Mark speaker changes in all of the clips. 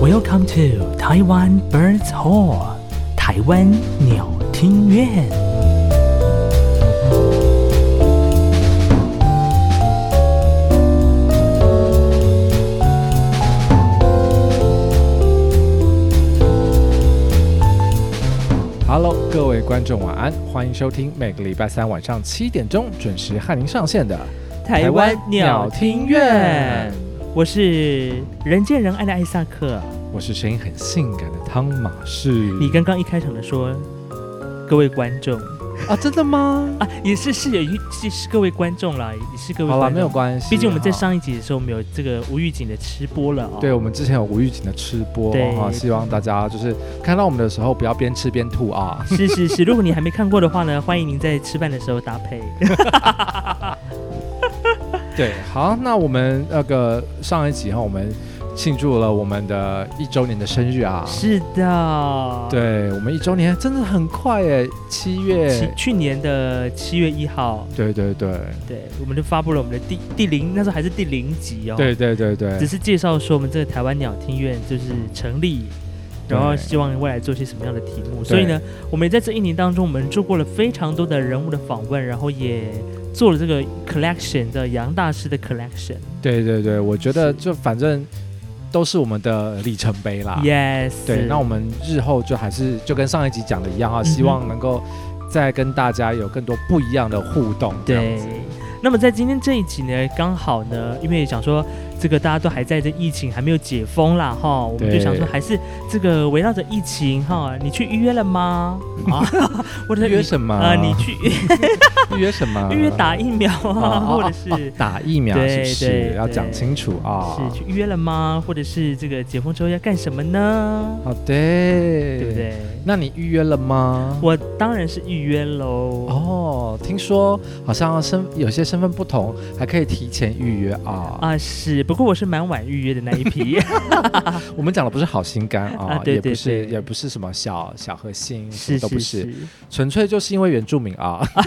Speaker 1: Welcome to Taiwan Birds Hall，台湾鸟听院。
Speaker 2: Hello，各位观众晚安，欢迎收听每个礼拜三晚上七点钟准时和您上线的
Speaker 1: 台湾鸟听院，我是人见人爱的艾萨克。
Speaker 2: 我是声音很性感的汤马士。
Speaker 1: 你刚刚一开场的说，各位观众
Speaker 2: 啊，真的吗？
Speaker 1: 啊，也是是也是是各位观众啦，也是各位
Speaker 2: 好了，
Speaker 1: 观
Speaker 2: 没有
Speaker 1: 众。
Speaker 2: 关系。啊
Speaker 1: 毕竟我们在
Speaker 2: 哈，
Speaker 1: 上一集的时候，我们有这个无预警的吃播了哦。
Speaker 2: 对我们之前有吴玉景的吃播
Speaker 1: 对
Speaker 2: 哈，希望大家就是看到我们的时候不要边吃边吐啊。
Speaker 1: 是是是，如果你还没看过的话呢，欢迎您在吃饭的时候搭配。
Speaker 2: 对，好，那我们那个上一集哈，我们庆祝了我们的一周年的生日啊。
Speaker 1: 是的，，
Speaker 2: 对我们一周年真的很快耶，七
Speaker 1: 去
Speaker 2: 月。
Speaker 1: 去年的七月一号，
Speaker 2: 对对对
Speaker 1: 对，我们就发布了我们的第第零，那时候还是第零集哦。，
Speaker 2: 对对对对
Speaker 1: 只，是介绍说我们这个台湾鸟听院就是成立，然后
Speaker 2: 对
Speaker 1: 希望未来做些什么样的题目。所以呢，我们也在这一年当中，我们做过了非常多的人物的访问，然后也做了这个 collection 的杨大师的 collection。
Speaker 2: 对对对，我觉得
Speaker 1: 是
Speaker 2: 就反正都是我们的里程碑啦。
Speaker 1: yes，
Speaker 2: 啊对，那我们日后就还是就跟上一集讲的一样啊，
Speaker 1: 嗯哼
Speaker 2: 希望能够再跟大家有更多不一样的互动。这样
Speaker 1: 对
Speaker 2: 子，。
Speaker 1: 那么在今天这一集呢，刚好呢，因为想说这个大家都还在这疫情还没有解封啦哈，我们就
Speaker 2: 对
Speaker 1: 想说还是这个围绕着疫情哈，你去预约了吗？啊， 或者是
Speaker 2: 预
Speaker 1: 你
Speaker 2: 约什么？
Speaker 1: 啊、你呃去
Speaker 2: 预约
Speaker 1: ？
Speaker 2: 什么
Speaker 1: 预约打疫苗啊，
Speaker 2: 哦
Speaker 1: 或者
Speaker 2: 哦
Speaker 1: 是
Speaker 2: 哦。打疫苗，
Speaker 1: 对
Speaker 2: 是不
Speaker 1: 对
Speaker 2: 是
Speaker 1: 对
Speaker 2: 要讲清楚啊？
Speaker 1: 是去预约了吗？或者是这个解封之后要干什么呢？
Speaker 2: 好的，哦对
Speaker 1: 对不？对？
Speaker 2: 那你预约了吗？
Speaker 1: 我当然是预约喽。
Speaker 2: 哦，听说好像身有些身份不同，还可以提前预约啊。
Speaker 1: 啊，是，不过我是蛮晚预约的那一 批。
Speaker 2: 我们讲的不是好心肝啊，
Speaker 1: 啊对
Speaker 2: 也
Speaker 1: 对
Speaker 2: 不是
Speaker 1: 对
Speaker 2: 也不是什么小小核心，什
Speaker 1: 是
Speaker 2: 么都不
Speaker 1: 是是，
Speaker 2: 是，纯粹就是因为原住民啊。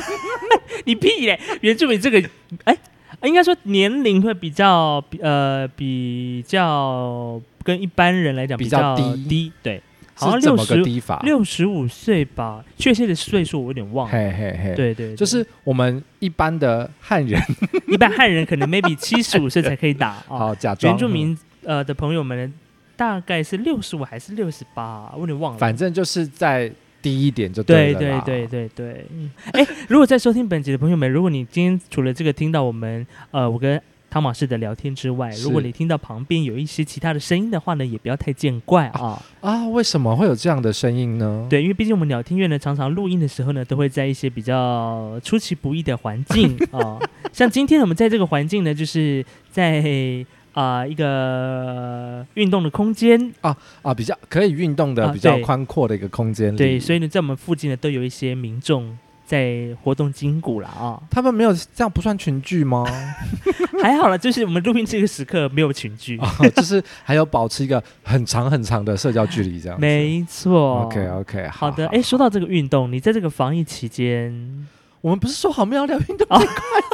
Speaker 1: 你屁嘞！原住民这个，哎、应该说年龄会比较，比呃，比较跟一般人来讲
Speaker 2: 比
Speaker 1: 较
Speaker 2: 较
Speaker 1: 低
Speaker 2: 低
Speaker 1: 对，好像
Speaker 2: 是怎
Speaker 1: 六
Speaker 2: 么个
Speaker 1: 十
Speaker 2: 低法？
Speaker 1: 六十五岁吧，确切的岁数我有点忘了。
Speaker 2: 嘿嘿嘿，，
Speaker 1: 对对对
Speaker 2: 就是我们一般的汉人
Speaker 1: 一般汉人可能 maybe 七十五岁才可以打啊，
Speaker 2: 啊，假装
Speaker 1: 原住，民呃的朋友们大概是六十五还是六十八，我有点忘了。
Speaker 2: 反正就是再低一点就
Speaker 1: 对
Speaker 2: 了
Speaker 1: 对
Speaker 2: 啦。
Speaker 1: 对对对，嗯，哎， 如果在收听本集的朋友们，如果你今天除了这个听到我们呃我跟汤马士的聊天之外，如果
Speaker 2: 是
Speaker 1: 你听到旁边有一些其他的声音的话呢，也不要太见怪啊。
Speaker 2: 啊，为什么会有这样的声音呢？
Speaker 1: 对，因为毕竟我们聊天院呢，常常录音的时候呢，都会在一些比较出其不意的环境啊、像今天我们在这个环境呢，就是在啊、一个运动的空间，
Speaker 2: 啊，比较可以运动的、
Speaker 1: 啊
Speaker 2: 比较
Speaker 1: 对
Speaker 2: 宽阔的一个空间里，
Speaker 1: 对，所以呢，在我们附近呢，都有一些民众在活动筋骨了啊。
Speaker 2: 他们没有这样不算群聚 吗？
Speaker 1: 还好了，就是我们录音这个时刻没有群聚，
Speaker 2: 啊，就是还有保持一个很长很长的社交距离这样子。
Speaker 1: 没错。
Speaker 2: OK OK，好
Speaker 1: 好的，哎，说到这个运动，你在这个防疫期间，
Speaker 2: 我们不是说好没有聊运动这
Speaker 1: 哦
Speaker 2: 一块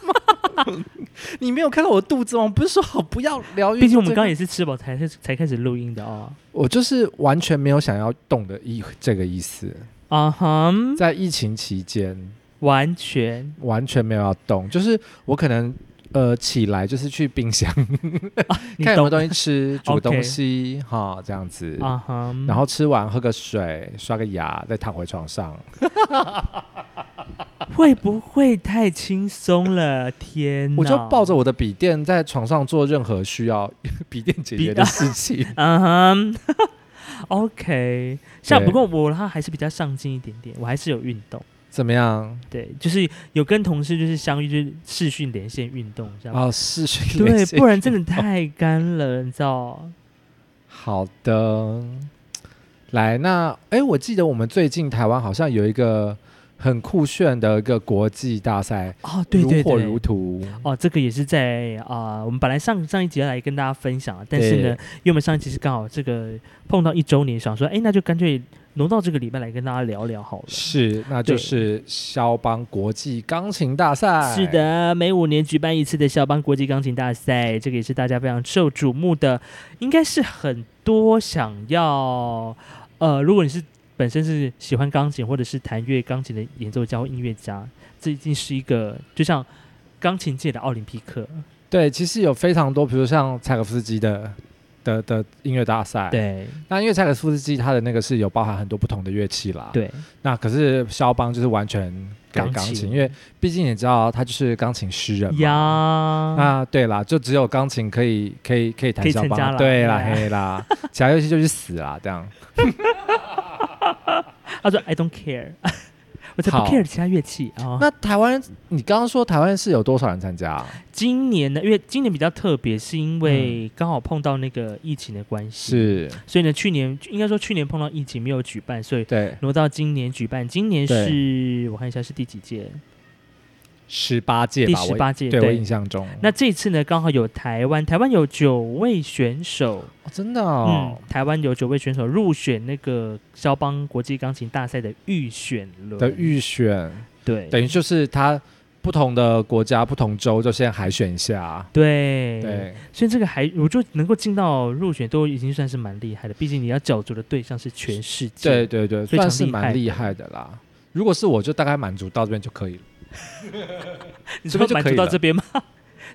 Speaker 2: 吗？你没有看到我肚子吗？我们不是说好不要聊运动？
Speaker 1: 毕竟我们刚刚也是吃饱才开始才开始录音的哦。
Speaker 2: 我就是完全没有想要动的意这个意思，
Speaker 1: 啊哈，
Speaker 2: 在疫情期间
Speaker 1: 完全
Speaker 2: 完全没有要动，就是我可能呃起来就是去冰箱
Speaker 1: 你
Speaker 2: 看有
Speaker 1: 懂
Speaker 2: 没有东西 吃，煮
Speaker 1: OK
Speaker 2: 东西哈这样子，
Speaker 1: 啊哈。
Speaker 2: 然后吃完喝个水，刷个牙，再躺回床上。
Speaker 1: 会不会太轻松了？天哪，
Speaker 2: 我就抱着我的笔电在床上做任何需要 笔电解决的事情。
Speaker 1: 啊哈。OK，像
Speaker 2: 对
Speaker 1: 不过我的话还是比较上进一点点，我还是有运动，
Speaker 2: 怎么样？
Speaker 1: 对，就是有跟同事就是相遇，就是视讯连线运动这样。
Speaker 2: 啊，视讯
Speaker 1: 对
Speaker 2: 连， 线
Speaker 1: 不然真的太干了，你知道？
Speaker 2: 好的，来，那哎，我记得我们最近台湾好像有一个很酷炫的一个国际大赛，
Speaker 1: 哦，对对
Speaker 2: 如火
Speaker 1: 对，
Speaker 2: 如荼。
Speaker 1: 哦，这个也是在啊、我们本来上上一集要来跟大家分享啊，但是呢
Speaker 2: 对，
Speaker 1: 因为我们上一集是刚好这个碰到一周年，想说，哎，那就干脆挪到这个礼拜来跟大家聊聊好了。
Speaker 2: 是，那就是肖邦国际钢琴大赛。
Speaker 1: 是，的，每五年举办一次的肖邦国际钢琴大赛，这个也是大家非常受瞩目的，应该是很多想要，呃，如果你是本身是喜欢钢琴或者是弹乐钢琴的演奏家或音乐家，这一定是一个就像钢琴界的奥林匹克，
Speaker 2: 对，其实有非常多，比如像柴可夫斯基的的的音乐大赛。，
Speaker 1: 对
Speaker 2: 那因为柴可夫斯基他的那个是有包含很多不同的乐器啦。，
Speaker 1: 对，
Speaker 2: 那可是肖邦就是完全给
Speaker 1: 钢
Speaker 2: 钢
Speaker 1: 琴
Speaker 2: 琴，因为毕竟你知道他就是钢琴诗人嘛。
Speaker 1: 呀，
Speaker 2: 啊，对啦，就只有钢琴可以可以可以
Speaker 1: 可
Speaker 2: 弹
Speaker 1: 以
Speaker 2: 肖
Speaker 1: 成家
Speaker 2: 邦，
Speaker 1: 啦
Speaker 2: 对啦
Speaker 1: 对啊
Speaker 2: 嘿 啦，其他乐器就去死啦这样。
Speaker 1: 他说 I don't care，我才不
Speaker 2: 好
Speaker 1: care 哎其他乐器啊。
Speaker 2: 那台湾，你刚刚说台湾是有多少人参加啊？
Speaker 1: 今年呢，因为今年比较特别，是因为刚好碰到那个疫情的关系，
Speaker 2: 是，
Speaker 1: 所以呢，去年应该说去年碰到疫情没有举办，所以
Speaker 2: 对，
Speaker 1: 挪到今年举办。今年
Speaker 2: 对
Speaker 1: 是我看一下是第几届？
Speaker 2: 十八届
Speaker 1: 第
Speaker 2: 吧，
Speaker 1: 十
Speaker 2: 我
Speaker 1: 八届。
Speaker 2: 对我印象中，
Speaker 1: 那这次呢，刚好有台湾，台湾有九位选手，
Speaker 2: 哦真的
Speaker 1: 嗯，
Speaker 2: 哦
Speaker 1: 台湾有九位选手入选那个肖邦国际钢琴大赛的预选轮
Speaker 2: 的预选，
Speaker 1: 对
Speaker 2: 等于就是他不同的国家、不同州就先海选一下，
Speaker 1: 对，
Speaker 2: 对，
Speaker 1: 所以这个还我就能够进到入选，都已经算是蛮厉害的。毕竟你要角逐的对象是全世界，
Speaker 2: 对对对，
Speaker 1: 非常
Speaker 2: 算是蛮厉害的啦。如果是我，就大概满足到这边就可以了。
Speaker 1: 你
Speaker 2: 这
Speaker 1: 说
Speaker 2: 边就
Speaker 1: 满
Speaker 2: 可
Speaker 1: 足
Speaker 2: 以
Speaker 1: 到
Speaker 2: 了
Speaker 1: 这边吗？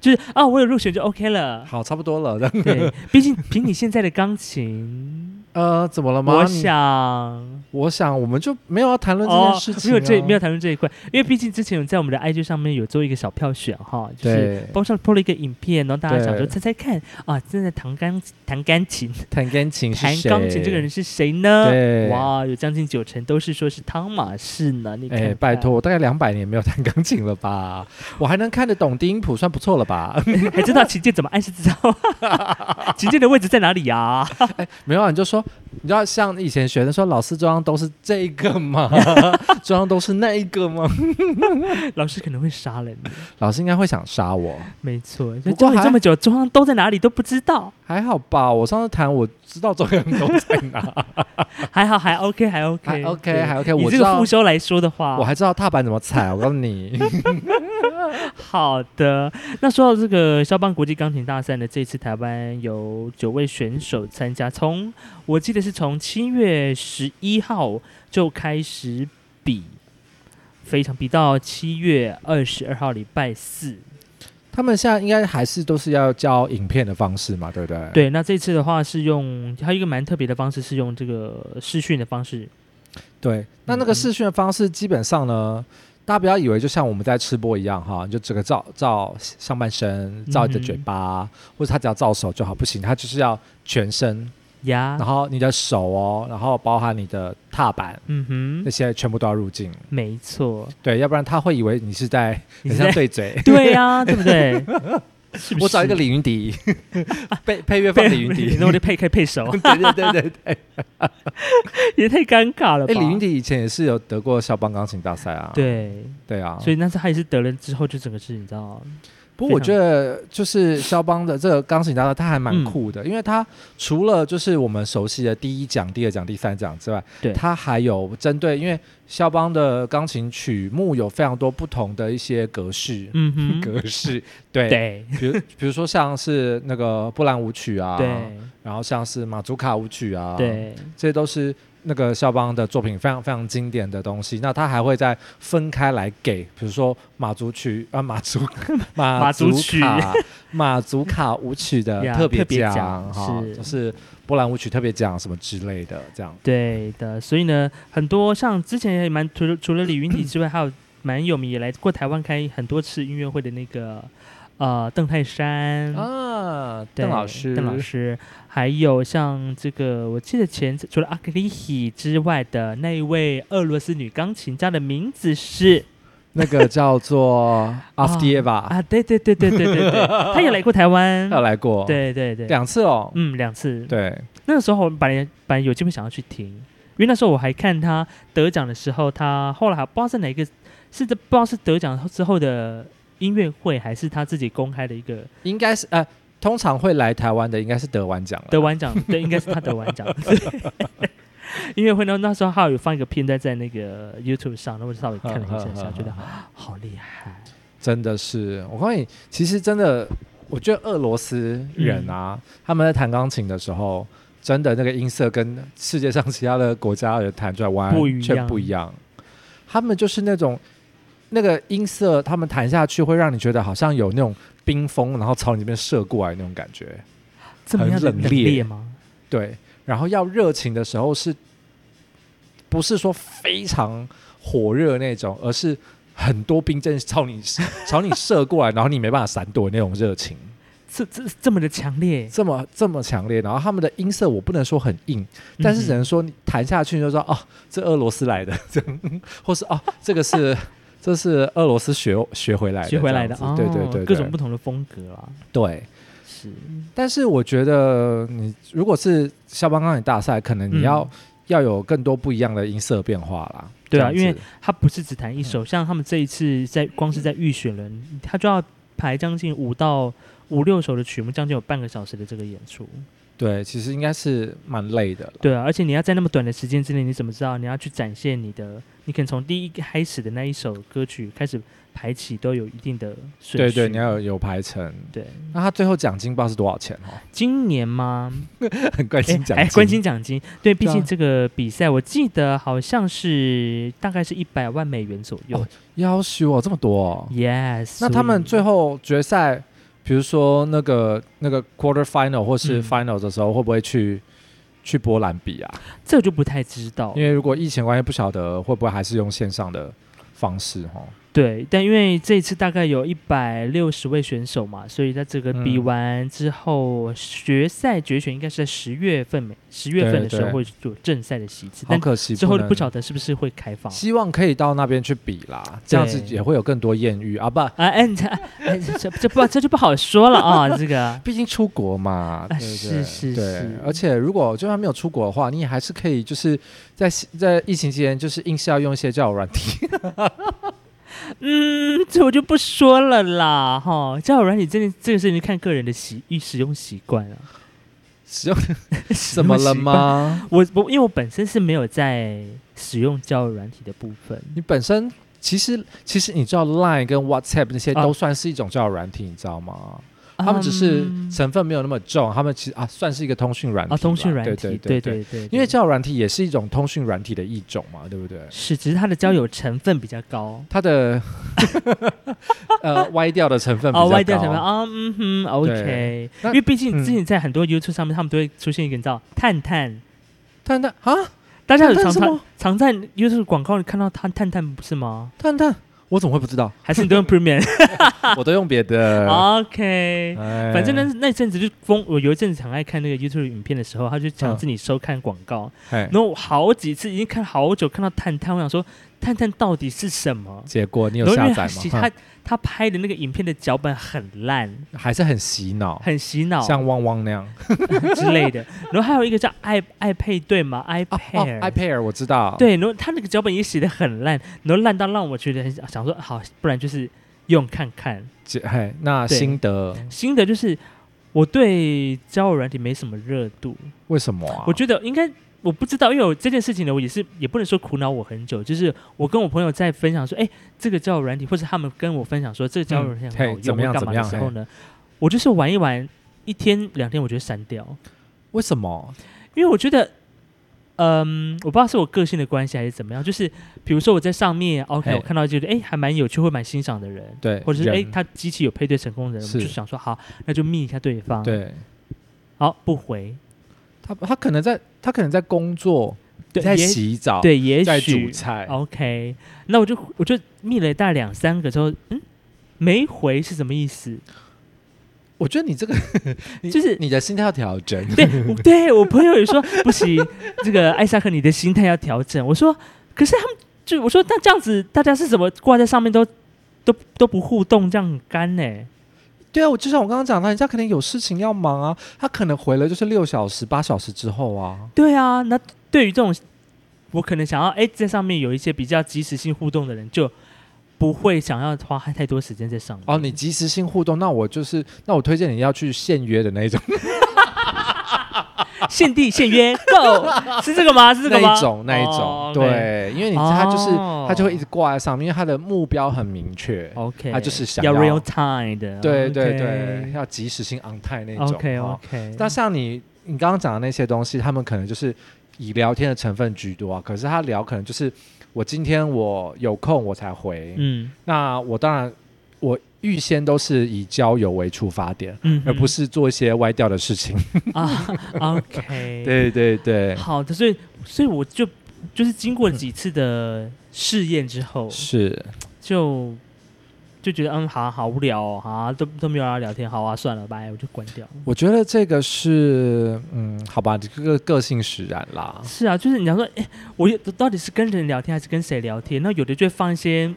Speaker 1: 就是啊，我有入选就 OK 了。
Speaker 2: 好，差不多了。这样
Speaker 1: 对，毕竟凭你现在的钢 琴，
Speaker 2: 呃，怎么了吗？
Speaker 1: 我
Speaker 2: 你，
Speaker 1: 想
Speaker 2: 我想，我们就没有要谈论这
Speaker 1: 哦
Speaker 2: 件事，情
Speaker 1: 没
Speaker 2: 啊。
Speaker 1: 有这没有谈论这一块，因为毕竟之前有在我们的 IG 上面有做一个小票选哈，就是
Speaker 2: 对，
Speaker 1: 包上播了一个影片，然后大家想说
Speaker 2: 对
Speaker 1: 猜猜看啊，正在弹钢弹钢琴
Speaker 2: 弹钢琴是
Speaker 1: 弹
Speaker 2: 谁？
Speaker 1: 钢琴这个人是谁呢？
Speaker 2: 对，
Speaker 1: 哇，有将近九成都是说是汤马士呢，你看
Speaker 2: 哎、
Speaker 1: 看
Speaker 2: 拜托，，我大概两百年没有弹钢琴了吧？ 我还能看得懂低音谱，算不错了 吧？
Speaker 1: 还知道琴键怎么按是知道， 琴键的位置在哪里呀？
Speaker 2: 没有、啊，你就说，你知道像以前学生说，老师桌上都是这个吗？ 桌上都是那一个吗？
Speaker 1: 老师可能会杀了你，
Speaker 2: 老师应该会想杀我，
Speaker 1: 没错，
Speaker 2: 不过
Speaker 1: 教你
Speaker 2: 还
Speaker 1: 这么久，桌上都在哪里都不知道。
Speaker 2: 还好吧？我上次弹，我知道中央都 在哪，
Speaker 1: 还好，还 OK，还 OK，
Speaker 2: 还 OK，
Speaker 1: 哎对
Speaker 2: 还 OK，
Speaker 1: 以
Speaker 2: 我
Speaker 1: 这
Speaker 2: 知
Speaker 1: 个
Speaker 2: 道
Speaker 1: 复。修来说的话，
Speaker 2: 我还知道踏板怎么踩，我告诉你，
Speaker 1: 好的。那说到这个肖邦国际钢琴大赛呢，这次台湾有九位选手参加，从我记得是从七月十一号就开始比，非常比到七月二十二号礼拜四。
Speaker 2: 他们现在应该还是都是要教影片的方式嘛，对不对？，
Speaker 1: 对，那这次的话是用还有一个蛮特别的方式，是用这个视讯的方式
Speaker 2: 对，那那个
Speaker 1: 嗯
Speaker 2: 视讯的方式基本上呢，大家不要以为就像我们在吃播一样哈，你就整个照照上半身，照你的嘴
Speaker 1: 嗯哼
Speaker 2: 巴，或者他只要照手就好，不行，他就是要全身，
Speaker 1: 呀
Speaker 2: 然。后你的手哦，然后包含你的踏板。
Speaker 1: 嗯哼，
Speaker 2: 那些全部都要入镜，
Speaker 1: 没错，
Speaker 2: 对，要不然他会以为你是在
Speaker 1: 你
Speaker 2: 很
Speaker 1: 是在
Speaker 2: 像对嘴。
Speaker 1: 对呀、对不 对？是不
Speaker 2: 我找一
Speaker 1: 是
Speaker 2: 个李云迪， 配配乐放李 云迪，
Speaker 1: 那我就配可以配手， 啊
Speaker 2: 对对对 对对。
Speaker 1: 也太尴尬了吧？
Speaker 2: 哎，李云迪以前也是有得过肖邦钢琴大赛啊。
Speaker 1: 对，
Speaker 2: 对啊，
Speaker 1: 所以那次他也是得了之后，就整个是你知道，
Speaker 2: 不
Speaker 1: 非
Speaker 2: 过我
Speaker 1: 常
Speaker 2: 觉得就是肖邦的这个钢琴大赛，它还蛮
Speaker 1: 嗯
Speaker 2: 酷的，因为它除了就是我们熟悉的第一奖、第二奖、第三奖之外，
Speaker 1: 对
Speaker 2: 它还有针对，因为肖邦的钢琴曲目有非常多不同的一些格式，
Speaker 1: 嗯 哼，
Speaker 2: 格式 对，
Speaker 1: 对
Speaker 2: 比如比如说像是那个波兰舞曲啊，
Speaker 1: 对
Speaker 2: 然后像是马祖卡舞曲啊，，
Speaker 1: 对，
Speaker 2: 这些都是。那个肖邦的作品非常非常经典的东西，那他还会再分开来给，比如说马祖曲啊，马祖马
Speaker 1: 祖
Speaker 2: 祖
Speaker 1: 曲
Speaker 2: 卡 马祖卡舞曲的
Speaker 1: 呀
Speaker 2: 特别
Speaker 1: 特别奖
Speaker 2: 奖哈，
Speaker 1: 是
Speaker 2: 就是波兰舞曲特别奖什么之类的，这样
Speaker 1: 对的。所以呢，很多像之前也蛮除了除了李云迪之外，还 有蛮有名也来过台湾开很多次音乐会的那个呃邓泰山。
Speaker 2: 啊，
Speaker 1: 对
Speaker 2: 邓老师，
Speaker 1: 邓老，师，还有像这个，我记得前除了阿克利希之外的那一位俄罗斯女钢琴家的名字是
Speaker 2: 那个 叫做阿夫迪耶娃，
Speaker 1: 啊，对对对对对对对， 他也来过台湾
Speaker 2: 他，有来过，，
Speaker 1: 对对对，
Speaker 2: 两次哦，
Speaker 1: 嗯，两次。
Speaker 2: 对，
Speaker 1: 那个时候我本来本来有机会想要去听，因为那时候我还看他得奖的时候，他后来还不知道是哪一个，是的不知道是得奖之后的音乐会，还是他自己公开的一个
Speaker 2: 应该是呃，通常会来台湾的应该是得完奖了，
Speaker 1: 得完奖，对，应该是他得完奖。因为会那那时候还有放一个片段在那个 YouTube 上，那我稍微看了一下下，
Speaker 2: 呵呵呵
Speaker 1: 觉 得好厉害。
Speaker 2: 真的是，我告诉你，其实真的，我觉得俄罗斯人啊，
Speaker 1: 嗯
Speaker 2: 他们在弹钢琴的时候，真的那个音色跟世界上其他的国家人弹出来完
Speaker 1: 不一样
Speaker 2: 全不一样。他们就是那种那个音色，他们弹下去会让你觉得好像有那种冰封，然后朝你这边射过来那种感觉。
Speaker 1: 这么样的
Speaker 2: 很
Speaker 1: 冷
Speaker 2: 冷冽
Speaker 1: 冽吗？
Speaker 2: 对，然后要热情的时候是，不是说非常火热那种，而是很多冰阵朝你朝你射过来，然后你没办法闪躲那种热情，
Speaker 1: 这这这么的强烈，
Speaker 2: 这么这么强烈。然后他们的音色我不能说很硬，
Speaker 1: 嗯
Speaker 2: 但是只能说你弹下去你就说哦，这俄罗斯来的，这样或是哦这个是这是俄罗斯学学回来的，
Speaker 1: 学回来的
Speaker 2: 这样子对对
Speaker 1: 哦
Speaker 2: 对，
Speaker 1: 各种不
Speaker 2: 不
Speaker 1: 同的风格啊啦，
Speaker 2: 对。
Speaker 1: 是
Speaker 2: 但是我觉得你如果是肖邦钢琴大赛，可能你要、
Speaker 1: 嗯
Speaker 2: 要有更多不一样的音色变化啦。
Speaker 1: 对啊
Speaker 2: 这样
Speaker 1: 因
Speaker 2: 子
Speaker 1: 他不是只弹一首，像他们这一次在光是在预选轮，他就要排将近五到五六首的曲目，将近有半个小时的这个演出。
Speaker 2: 对，其实应该是蛮累的啦。
Speaker 1: 对啊，而且你要在那么短的时间之内，你怎么知道你要去展现你的？你可能从第一开始的那一首歌曲开始排起，都有一定的顺
Speaker 2: 对
Speaker 1: 序。
Speaker 2: 对，你要有有排程。
Speaker 1: 对。
Speaker 2: 那他最后奖金不知道是多少钱 哦，
Speaker 1: 今年吗？
Speaker 2: 很关心奖金。
Speaker 1: 哎，关心奖金。对，毕
Speaker 2: 对啊
Speaker 1: 竟这个比赛，我记得好像是大概是一百万美元左右。
Speaker 2: 哦要求哦，这么多、哦。
Speaker 1: yes。
Speaker 2: 那他们最后决赛，比如说那个那个 quarter final 或是
Speaker 1: 嗯
Speaker 2: final 的时候，会不会去去波兰比啊？
Speaker 1: 这个就不太知道
Speaker 2: 因。为如果疫情关系，不晓得会不会还是用线上的方式哦。
Speaker 1: 对，但因为这一次大概有一百六十位选手嘛，所以在这个
Speaker 2: 嗯
Speaker 1: 比完之后，决赛决选应该是在十月份没十月份的时候
Speaker 2: 对
Speaker 1: 会有正赛的席次，
Speaker 2: 好
Speaker 1: 但
Speaker 2: 可惜，
Speaker 1: 之后
Speaker 2: 能
Speaker 1: 不晓得是不是会开放。
Speaker 2: 希望可以到那边去比啦，这样子也会有更多艳遇啊！不，
Speaker 1: 啊，哎，你这哎这这这不这就不好说了啊，这 个
Speaker 2: 毕竟出国嘛，对不对
Speaker 1: 啊是是
Speaker 2: 对
Speaker 1: 是
Speaker 2: 而且如果就算没有出国的话，你也还是可以就是在在疫情期间，就是硬是要用一些交友软体。
Speaker 1: 嗯，这我就不说了啦哈。交友软体真的这个是你看个人的习使用习惯了、啊，
Speaker 2: 使用
Speaker 1: 使
Speaker 2: 怎
Speaker 1: 用
Speaker 2: 么了
Speaker 1: 习惯？
Speaker 2: 吗？
Speaker 1: 我我因为我本身是没有在使用交友软体的部分，
Speaker 2: 你本身其实其实你知道 Line 跟 WhatsApp 那些
Speaker 1: 啊
Speaker 2: 都算是一种交友软体，你知道吗？他们只是
Speaker 1: 嗯
Speaker 2: 成分没有那么重，他们其实啊算是一个通讯软体
Speaker 1: 啊，通
Speaker 2: 啦
Speaker 1: 讯软体，
Speaker 2: 对
Speaker 1: 对
Speaker 2: 对对。
Speaker 1: 对，
Speaker 2: 因为交友软体也是一种通讯软体的一种嘛，对不对？
Speaker 1: 是，只是它的交友成分比较高，
Speaker 2: 它的呃歪掉的成分比较
Speaker 1: 哦，
Speaker 2: 高，
Speaker 1: 外调成分啊，嗯哼，OK，
Speaker 2: 那
Speaker 1: 因为毕竟
Speaker 2: 嗯
Speaker 1: 之前在很多 YouTube 上面，他们都会出现一个你知道探探，
Speaker 2: 探探啊，
Speaker 1: 大家有
Speaker 2: 探
Speaker 1: 常
Speaker 2: 探什
Speaker 1: 常
Speaker 2: 么
Speaker 1: 常在 YouTube 广告里看到探探探不是吗？
Speaker 2: 探探，我怎么会不 知道？
Speaker 1: 还是 你都用 Premium？OK，
Speaker 2: 我都用别的。哎
Speaker 1: 哦反正呢，那阵子就疯，我有一阵子很爱看那个 YouTube 影片的时候，他就强制你收看广告，
Speaker 2: 嗯哎
Speaker 1: 然，后我好几次已经看好久，看到探探，我想说探探到底是什么？
Speaker 2: 结果你有
Speaker 1: 然后因
Speaker 2: 下
Speaker 1: 为
Speaker 2: 载
Speaker 1: 他洗他
Speaker 2: 吗？
Speaker 1: 他拍的那个影片的脚本很烂，
Speaker 2: 哼还是很洗脑，
Speaker 1: 很洗脑
Speaker 2: 像汪汪那样。啊
Speaker 1: 之类的。然后还有一个叫爱爱配对嘛
Speaker 2: 哦哦
Speaker 1: ，iPair，、
Speaker 2: ，iPair 我知道。，
Speaker 1: 对，然后他那个脚本也写的很烂，然后烂到让我觉得很想想说，好，不然就是用看看。
Speaker 2: 嘿，那
Speaker 1: 对
Speaker 2: 心得
Speaker 1: 新的就是我对交友软体没什么热度，
Speaker 2: 为什么啊？
Speaker 1: 我觉得应该。我不知道，因为我这件事情呢，我也是也不能说苦恼我很久，就是我跟我朋友在分享说，哎，这个交友软体，或者他们跟我分享说这个交友软体很
Speaker 2: 嗯嘿
Speaker 1: 好用，
Speaker 2: 怎么样
Speaker 1: 或干
Speaker 2: 怎
Speaker 1: 嘛
Speaker 2: 么
Speaker 1: 的
Speaker 2: 样
Speaker 1: 时候呢，我就是玩一玩，一天两天我就删掉，
Speaker 2: 为什么？
Speaker 1: 因为我觉得，嗯，我不知道是我个性的关系还是怎么样，就是比如说我在上面，OK，
Speaker 2: 嘿
Speaker 1: 我看到觉得哎、诶还蛮有趣，会蛮欣赏的人，
Speaker 2: 对，
Speaker 1: 或者是哎、
Speaker 2: 人
Speaker 1: 诶他机器有配对成功的人，我们就
Speaker 2: 是
Speaker 1: 想说好，那就密一下对方，，
Speaker 2: 对
Speaker 1: 好不回，
Speaker 2: 他他可能在他可能在工作，
Speaker 1: 对，
Speaker 2: 在
Speaker 1: 也
Speaker 2: 洗澡，
Speaker 1: 对，也
Speaker 2: 在
Speaker 1: 许哦
Speaker 2: 煮菜。
Speaker 1: OK，那我就我就密了大概两三个之后，嗯，没回是什么意思？
Speaker 2: 我觉得你这个你
Speaker 1: 就是
Speaker 2: 你的心态要调整。
Speaker 1: 对，我 对我朋友也说不行， 这个艾萨克你的心态要调整。我说，可是他们就我说那这样子，大家是怎么挂在上面都都都不互动，这样很干呢、
Speaker 2: 对啊，我就像我刚刚讲的，人家可能有事情要忙啊，他可能回了就是六小时、八小时之后啊。
Speaker 1: 对啊，那对于这种我可能想要哎在上面有一些比较即时性互动的人，就不会想要花太多时间在上面。
Speaker 2: 哦，你及时性互动，那我就是，那我推荐你要去现约的那一种，
Speaker 1: 限地限约，Go，是这个吗？是这个吗？
Speaker 2: 那一种那一种，
Speaker 1: 哦，OK
Speaker 2: 对，因为你他就是、
Speaker 1: 哦
Speaker 2: 他就会一直挂在上面，因为他的目标很明确。
Speaker 1: ，OK，
Speaker 2: 他就是想
Speaker 1: 要
Speaker 2: 要
Speaker 1: real time 的，
Speaker 2: 对对对，要及时性 on time 那种。
Speaker 1: ，OK
Speaker 2: 哦
Speaker 1: OK，
Speaker 2: 那像你你刚刚讲的那些东西，他们可能就是以聊天的成分居多啊。可是他聊可能就是我今天我有空我才回，
Speaker 1: 嗯
Speaker 2: 那我当然我预先都是以交友为出发点，
Speaker 1: 嗯，
Speaker 2: 而不
Speaker 1: 是
Speaker 2: 是做一些歪掉的事 情。
Speaker 1: 啊，OK，，
Speaker 2: 对对对，
Speaker 1: 好的，所以所以我就就是经过几次的试验之后，
Speaker 2: 是
Speaker 1: 就就觉得嗯，好好无聊哦，啊，都都没有要聊天，好啊，算了，拜，我就关掉。
Speaker 2: 我觉得这个是嗯，好吧，这个个性使然啦。
Speaker 1: 是啊，就是你想说，哎、我也到底是跟人聊天还是跟谁聊天？那有的就会放一些，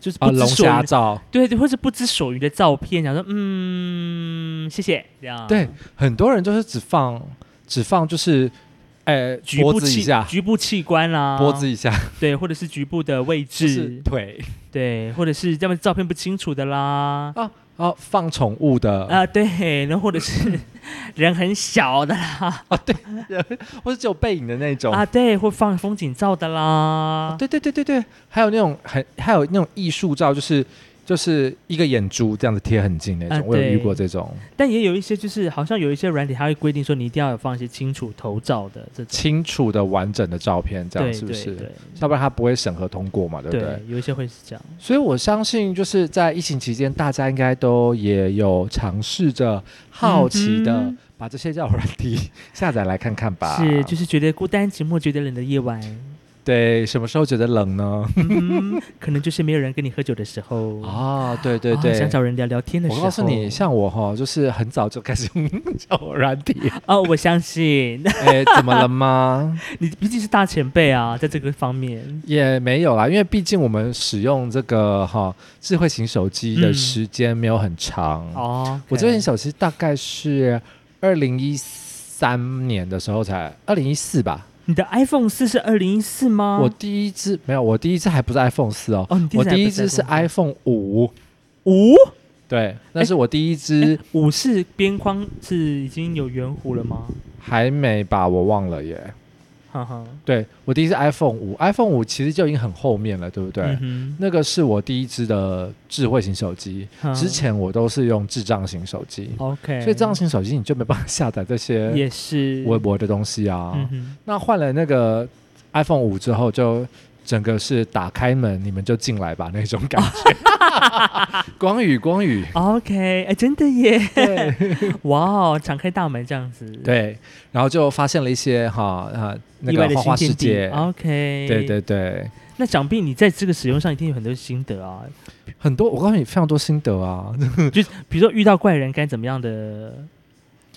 Speaker 1: 就是
Speaker 2: 啊，
Speaker 1: 不知
Speaker 2: 龙
Speaker 1: 所
Speaker 2: 虾
Speaker 1: 云，
Speaker 2: 照，
Speaker 1: 对对，或是不知所云的照片，想说，嗯，谢谢，这样。
Speaker 2: 对，，很多人就是只放只放就是，哎，
Speaker 1: 局
Speaker 2: 脖
Speaker 1: 部
Speaker 2: 子一
Speaker 1: 器
Speaker 2: 下，
Speaker 1: 局部器官啦、
Speaker 2: 脖子一下，
Speaker 1: 对，或者是局部的位
Speaker 2: 就是
Speaker 1: 置，
Speaker 2: 腿
Speaker 1: 对，或者是要么照片不清楚的啦，
Speaker 2: 啊啊，放宠物的
Speaker 1: 啊、对，然后或者是 人很小的啦，
Speaker 2: 或者只有背影的那种
Speaker 1: 啊，对，或放风景照的啦，
Speaker 2: 哦对对对对对，还有那种很，还有那种艺术照，就是就是一个眼珠这样子贴很近那种，
Speaker 1: 啊
Speaker 2: 我有遇
Speaker 1: 对
Speaker 2: 过这种
Speaker 1: 但也有一些就是好像有一些软体，它会规定说你一定要有放一些清楚头照的这种，
Speaker 2: 清楚的完整的照片，这样
Speaker 1: 对
Speaker 2: 是不是？
Speaker 1: 对对
Speaker 2: 要不然他不会审核通过嘛，对不对？
Speaker 1: 对，有一些会是这样。
Speaker 2: 所以我相信，就是在疫情期间，大家应该都也有尝试着好奇
Speaker 1: 嗯
Speaker 2: 的
Speaker 1: 哼
Speaker 2: 把这些叫软体 下载来看看吧。
Speaker 1: 是，就是觉得孤单寂寞、觉得冷的夜 晚，
Speaker 2: 对，什么时候觉得冷呢？
Speaker 1: 嗯哼，可能就是没有人跟你喝酒的时候，
Speaker 2: 啊，对对
Speaker 1: 啊
Speaker 2: 对，
Speaker 1: 想找人聊聊天的时
Speaker 2: 我
Speaker 1: 候。
Speaker 2: 告诉你，像我哈，就是很早就开始用交友软体。
Speaker 1: 哦，我相信
Speaker 2: 哎，怎么了吗？
Speaker 1: 你毕竟是大前辈啊，在这个方面，
Speaker 2: 也没有啦，因为毕竟我们使用这个哈智慧型手机的
Speaker 1: 嗯
Speaker 2: 时间没有很长。
Speaker 1: 哦，
Speaker 2: 嗯我这边手机大概是二零一三年的时候才，二零一四吧。
Speaker 1: 你的 iPhone 四是二零一四吗？
Speaker 2: 我第一支没有，我第一支还不是 iPhone 四哦，
Speaker 1: 哦，你
Speaker 2: 我第一支是
Speaker 1: i
Speaker 2: iPhone 五。
Speaker 1: 五
Speaker 2: 对，那是我第一支，
Speaker 1: 五是边框是已经有圆弧了吗？
Speaker 2: 还没吧，我忘了耶。
Speaker 1: 哈哈，
Speaker 2: 对我第一支 iPhone 五，iPhone 五其实就已经很后面了，对不对？
Speaker 1: 嗯
Speaker 2: 那个是我第一支的智慧型手机，
Speaker 1: 哼
Speaker 2: 之前我都是用智障型手机，
Speaker 1: 啊 OK，
Speaker 2: 所以智障型手机你就没办法下载这些
Speaker 1: 也是
Speaker 2: 微博的东西啊。
Speaker 1: 嗯哼，
Speaker 2: 那换了那个 iPhone 五之后，就整个是打开门你们就进来吧那种感觉。 光宇，光宇，
Speaker 1: OK，哎、真的耶！
Speaker 2: 对
Speaker 1: 哇哦，敞开大门这样子，，
Speaker 2: 对，然后就发现了一些哈啊那
Speaker 1: 意外
Speaker 2: 个
Speaker 1: 的
Speaker 2: 花花世
Speaker 1: 新天
Speaker 2: 界
Speaker 1: 地。。OK，
Speaker 2: 对。对对，
Speaker 1: 那想必你在这个使用上一定有很多心得 啊，
Speaker 2: 很多我告诉你非常多心得啊！
Speaker 1: 比如说遇到怪人该怎么样的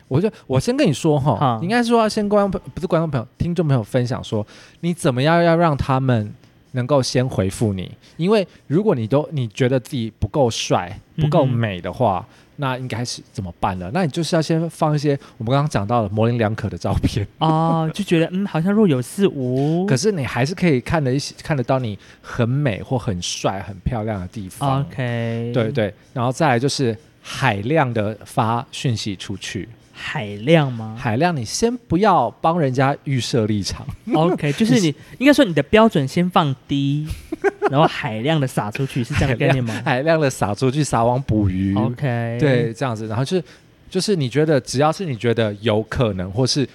Speaker 2: 我就我先跟你说哈
Speaker 1: 哈，
Speaker 2: 应该说要先观众朋不是观众朋友，听众朋友分享说，你怎么样要让他们能够先回复你？因为如果你都你觉得自己不够帅、不够
Speaker 1: 嗯哼
Speaker 2: 美的话，那应该是怎么办呢？那你就是要先放一些我们刚刚讲到的模棱两可的照片，
Speaker 1: 啊、就觉得嗯，好像若有似无。
Speaker 2: 可是你还是可以看得一些看得到你很美或很帅、很漂亮的地方。
Speaker 1: OK，
Speaker 2: 对，对，然后再来就是海量的发讯息出去。
Speaker 1: 海量吗
Speaker 2: 海量，你先不要帮人家预设立 场，
Speaker 1: ？OK，就是 你应该说你的标准先放低，然后海量的撒出去，是这样的概念吗
Speaker 2: 海量的撒出去撒网捕鱼，
Speaker 1: ？OK，
Speaker 2: 对，，这样子，然后就是就是你觉得只要是你觉得有可能或是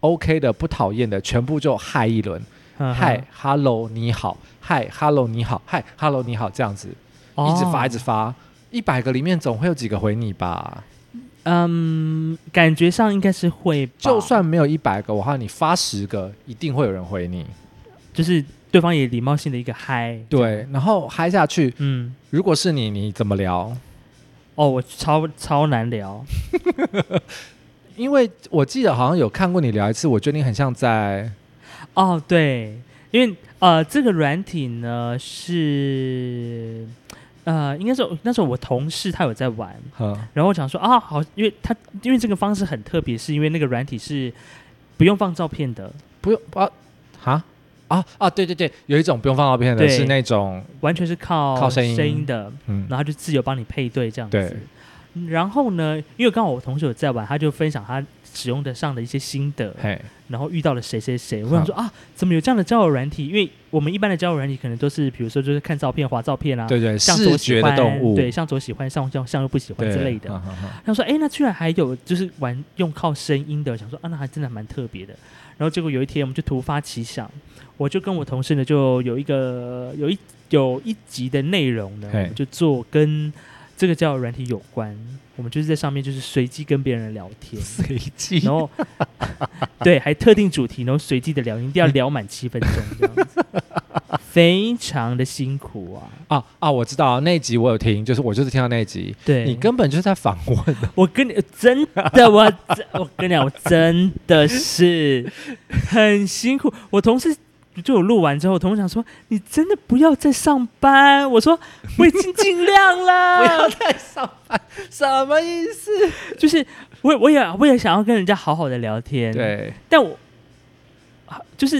Speaker 2: OK 的不讨厌的，全部就嗨一轮，
Speaker 1: 嗯哼
Speaker 2: 嗨、，hello 你好，嗨 hello 你好，嗨 hello 你好，这样子一直发一
Speaker 1: 直。
Speaker 2: 直发，一百个里面总会有几个回你吧，
Speaker 1: 嗯，感觉上应该是会吧，
Speaker 2: 就算没有一百个，我看你发十个，一定会有人回你，
Speaker 1: 就是对方也礼貌性的一个嗨，
Speaker 2: 对，然后嗨下去，
Speaker 1: 嗯，
Speaker 2: 如果是你，你怎么聊？
Speaker 1: 哦，我超超难聊，
Speaker 2: 因为我记得好像有看过你聊一次，我觉得你很像在
Speaker 1: 哦，对，因为呃，这个软体呢是呃，应该是那时候我同事他有在玩，
Speaker 2: 呵
Speaker 1: 然后我想说啊，好，因为他因为这个方式很特别，是因为那个软体是不用放照片的，
Speaker 2: 不用啊啊啊啊！对对对，有一种不用放照片的
Speaker 1: 对
Speaker 2: 是那种
Speaker 1: 完全是靠
Speaker 2: 靠声音
Speaker 1: 的，
Speaker 2: 嗯
Speaker 1: 然后就自由帮你配对这样子。嗯
Speaker 2: 对
Speaker 1: 然后呢，因为刚好我同学有在玩，他就分享他使用的上的一些心得，
Speaker 2: 嘿，
Speaker 1: 然后遇到了谁谁谁，我想说啊，怎么有这样的交友软体？因为我们一般的交友软体可能都是，比如说就是看照片、划照片啊，
Speaker 2: 对对，
Speaker 1: 向左
Speaker 2: 视
Speaker 1: 喜
Speaker 2: 觉
Speaker 1: 欢，
Speaker 2: 的动物，
Speaker 1: 对，向左喜欢，向向向右不喜欢
Speaker 2: 对
Speaker 1: 之类的。
Speaker 2: 嗯嗯 嗯
Speaker 1: 他说：“哎、那居然还有就是玩用靠声音的，想说啊，那还真的蛮特别的。”然后结果有一天，我们就突发奇想，我就跟我同事呢，就有一个有一有一集的内容呢，我
Speaker 2: 嘿，
Speaker 1: 们就做跟这个交友软体有关，我们就是在上面就是随机跟别人聊天
Speaker 2: 随机
Speaker 1: 然后 对，还特定主题，然后随机的聊，一定要聊满七分钟这样 子，非常的辛苦啊。
Speaker 2: 啊啊！我知道啊那一集我有听，就是我就是听到那一集，
Speaker 1: 对，
Speaker 2: 你根本就是在访问，
Speaker 1: 我跟你真的，我真我跟你啊讲，我真的是很辛苦。我同事就有录完之后，我同事想说：“你真的不要再上班。”我说：“我已经尽量 了。
Speaker 2: 再上班，什么意思？”
Speaker 1: 就是我我也我也想要跟人家好好的聊天，，
Speaker 2: 对，
Speaker 1: 但我啊就是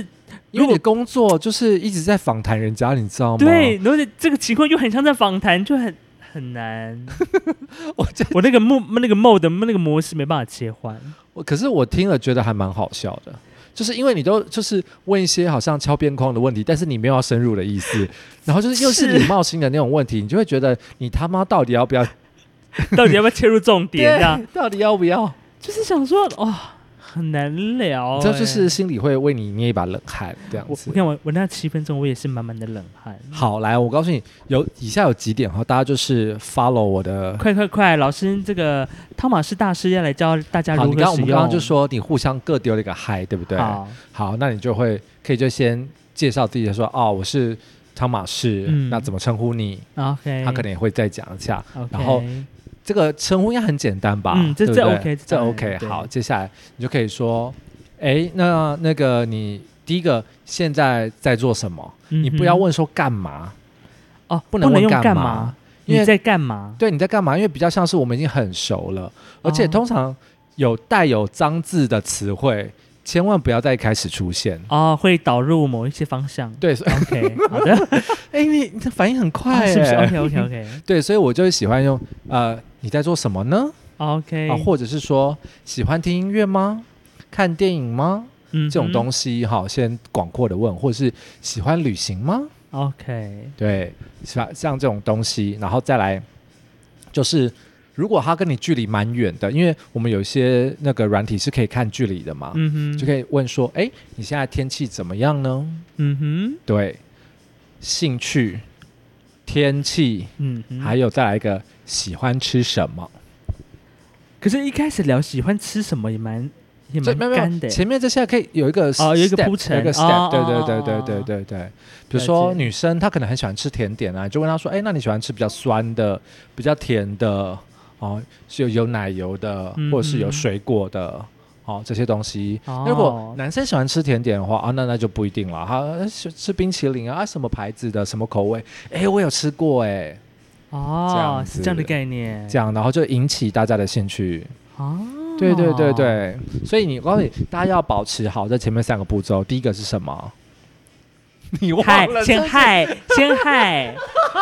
Speaker 2: 因
Speaker 1: 如
Speaker 2: 为你
Speaker 1: 果
Speaker 2: 工作就是一直在访谈人家，你知道吗？
Speaker 1: 对，，然后这个情况又很像在访谈，就很很难。
Speaker 2: 我这
Speaker 1: 我那个木那个 mode 那个模式没办法切换。
Speaker 2: 我可是我听了觉得还蛮好笑的，就是因为你都就是问一些好像敲边框的问题，但是你没有要深入的意 思，然后就是又是
Speaker 1: 是
Speaker 2: 礼貌性的那种问题，你就会觉得你他妈到底要不要？
Speaker 1: 到底要不要切入重点？这样
Speaker 2: 对到底要不要？
Speaker 1: 就是想说，哇、很难聊、
Speaker 2: 这
Speaker 1: 哎
Speaker 2: 就是心里会为你捏一把冷汗这样
Speaker 1: 我，
Speaker 2: 子
Speaker 1: 我。看我我那七分钟，我也是满满的冷汗。，
Speaker 2: 好，来，我告诉你，有以下有几点哈，大家就是 follow 我的。
Speaker 1: 快快快，老师，这个汤马士大师要来教大家
Speaker 2: 好，
Speaker 1: 如
Speaker 2: 你
Speaker 1: 何
Speaker 2: 刚我
Speaker 1: 使
Speaker 2: 们
Speaker 1: 用。
Speaker 2: 刚刚就说你互相各丢了一个嗨，对不对？
Speaker 1: 好，
Speaker 2: 好，那你就会可以就先介绍自己说，哦，我是汤马士，
Speaker 1: 嗯
Speaker 2: 那怎么称呼你？
Speaker 1: ，OK，
Speaker 2: 他可能也会再讲一下，
Speaker 1: OK，
Speaker 2: 然后这个称呼应该很简单吧？
Speaker 1: 嗯这
Speaker 2: 对不
Speaker 1: 这
Speaker 2: 对
Speaker 1: OK，这
Speaker 2: 这
Speaker 1: 当然
Speaker 2: OK。
Speaker 1: 对
Speaker 2: 好，接下来你就可以说，哎，那那个你第一个现在在做什么？你
Speaker 1: 你
Speaker 2: 不要问说干嘛，
Speaker 1: 哦，
Speaker 2: 不
Speaker 1: 能
Speaker 2: 能问
Speaker 1: 用
Speaker 2: 干
Speaker 1: 嘛
Speaker 2: 嘛？因
Speaker 1: 你
Speaker 2: 为
Speaker 1: 在干嘛？
Speaker 2: 对你在干嘛？因为比较像是我们已经很熟了，而且
Speaker 1: 哦
Speaker 2: 通常有带有脏字的词汇，千万不要在一开始出现。
Speaker 1: 哦，会导入某一些方向。
Speaker 2: 对，所以
Speaker 1: ，OK，好的，
Speaker 2: 哎、你你这反应很快、
Speaker 1: 啊
Speaker 2: 哎
Speaker 1: 是不是？OK OK OK
Speaker 2: 对，所以我就喜欢用呃，你在做什么呢？ 啊，
Speaker 1: OK，
Speaker 2: 或者是说喜欢听音乐吗？看电影吗？
Speaker 1: 嗯，
Speaker 2: 这种东
Speaker 1: 西
Speaker 2: 西哈，先广阔的问，或者是喜欢旅行吗？
Speaker 1: ，OK，
Speaker 2: 对，像像这种东西，然后再来就是，如果他跟你距离蛮远的，因为我们有一些那个软体是可以看距离的嘛，
Speaker 1: 嗯哼，
Speaker 2: 就可以问说，哎，你现在天气怎么样呢？
Speaker 1: 嗯哼，
Speaker 2: 对，兴趣、天气，
Speaker 1: 嗯哼，
Speaker 2: 还有再来一个喜欢吃什么。
Speaker 1: 可是，一开始聊喜欢吃什么也蛮也
Speaker 2: 这
Speaker 1: 蛮
Speaker 2: 没有没
Speaker 1: 干
Speaker 2: 有，
Speaker 1: 的欸。
Speaker 2: 前面这下可以有一个 step,
Speaker 1: 哦有一个铺陈
Speaker 2: 有一个
Speaker 1: 哦
Speaker 2: step，对
Speaker 1: 哦
Speaker 2: 对对
Speaker 1: 哦
Speaker 2: 对
Speaker 1: 哦
Speaker 2: 对对对。比如
Speaker 1: 了
Speaker 2: 说
Speaker 1: 解
Speaker 2: 女生她可能很喜欢吃甜点啊，你就问她说：“哎，那你喜欢吃比较酸的、哎比较甜的哦，是有有奶油的
Speaker 1: 嗯，
Speaker 2: 或者是
Speaker 1: 嗯
Speaker 2: 有水果的哦这些东西。”
Speaker 1: 哦
Speaker 2: 那如果男生喜欢吃甜点的话啊，那那就不一定了。他吃吃冰淇淋啊，啊什么牌子的，什么口味？哎，我有吃过哎，这
Speaker 1: 哦
Speaker 2: 样，
Speaker 1: 是这样的
Speaker 2: 子
Speaker 1: 概念，
Speaker 2: 这样，然后就引起大家的兴趣。
Speaker 1: 哦，
Speaker 2: 对对对，对，所以你告诉你大家要保持好这前面三个步骤，第一个是 什么？你忘
Speaker 1: 嗨，
Speaker 2: 了
Speaker 1: 先
Speaker 2: 真是
Speaker 1: 嗨，先 嗨，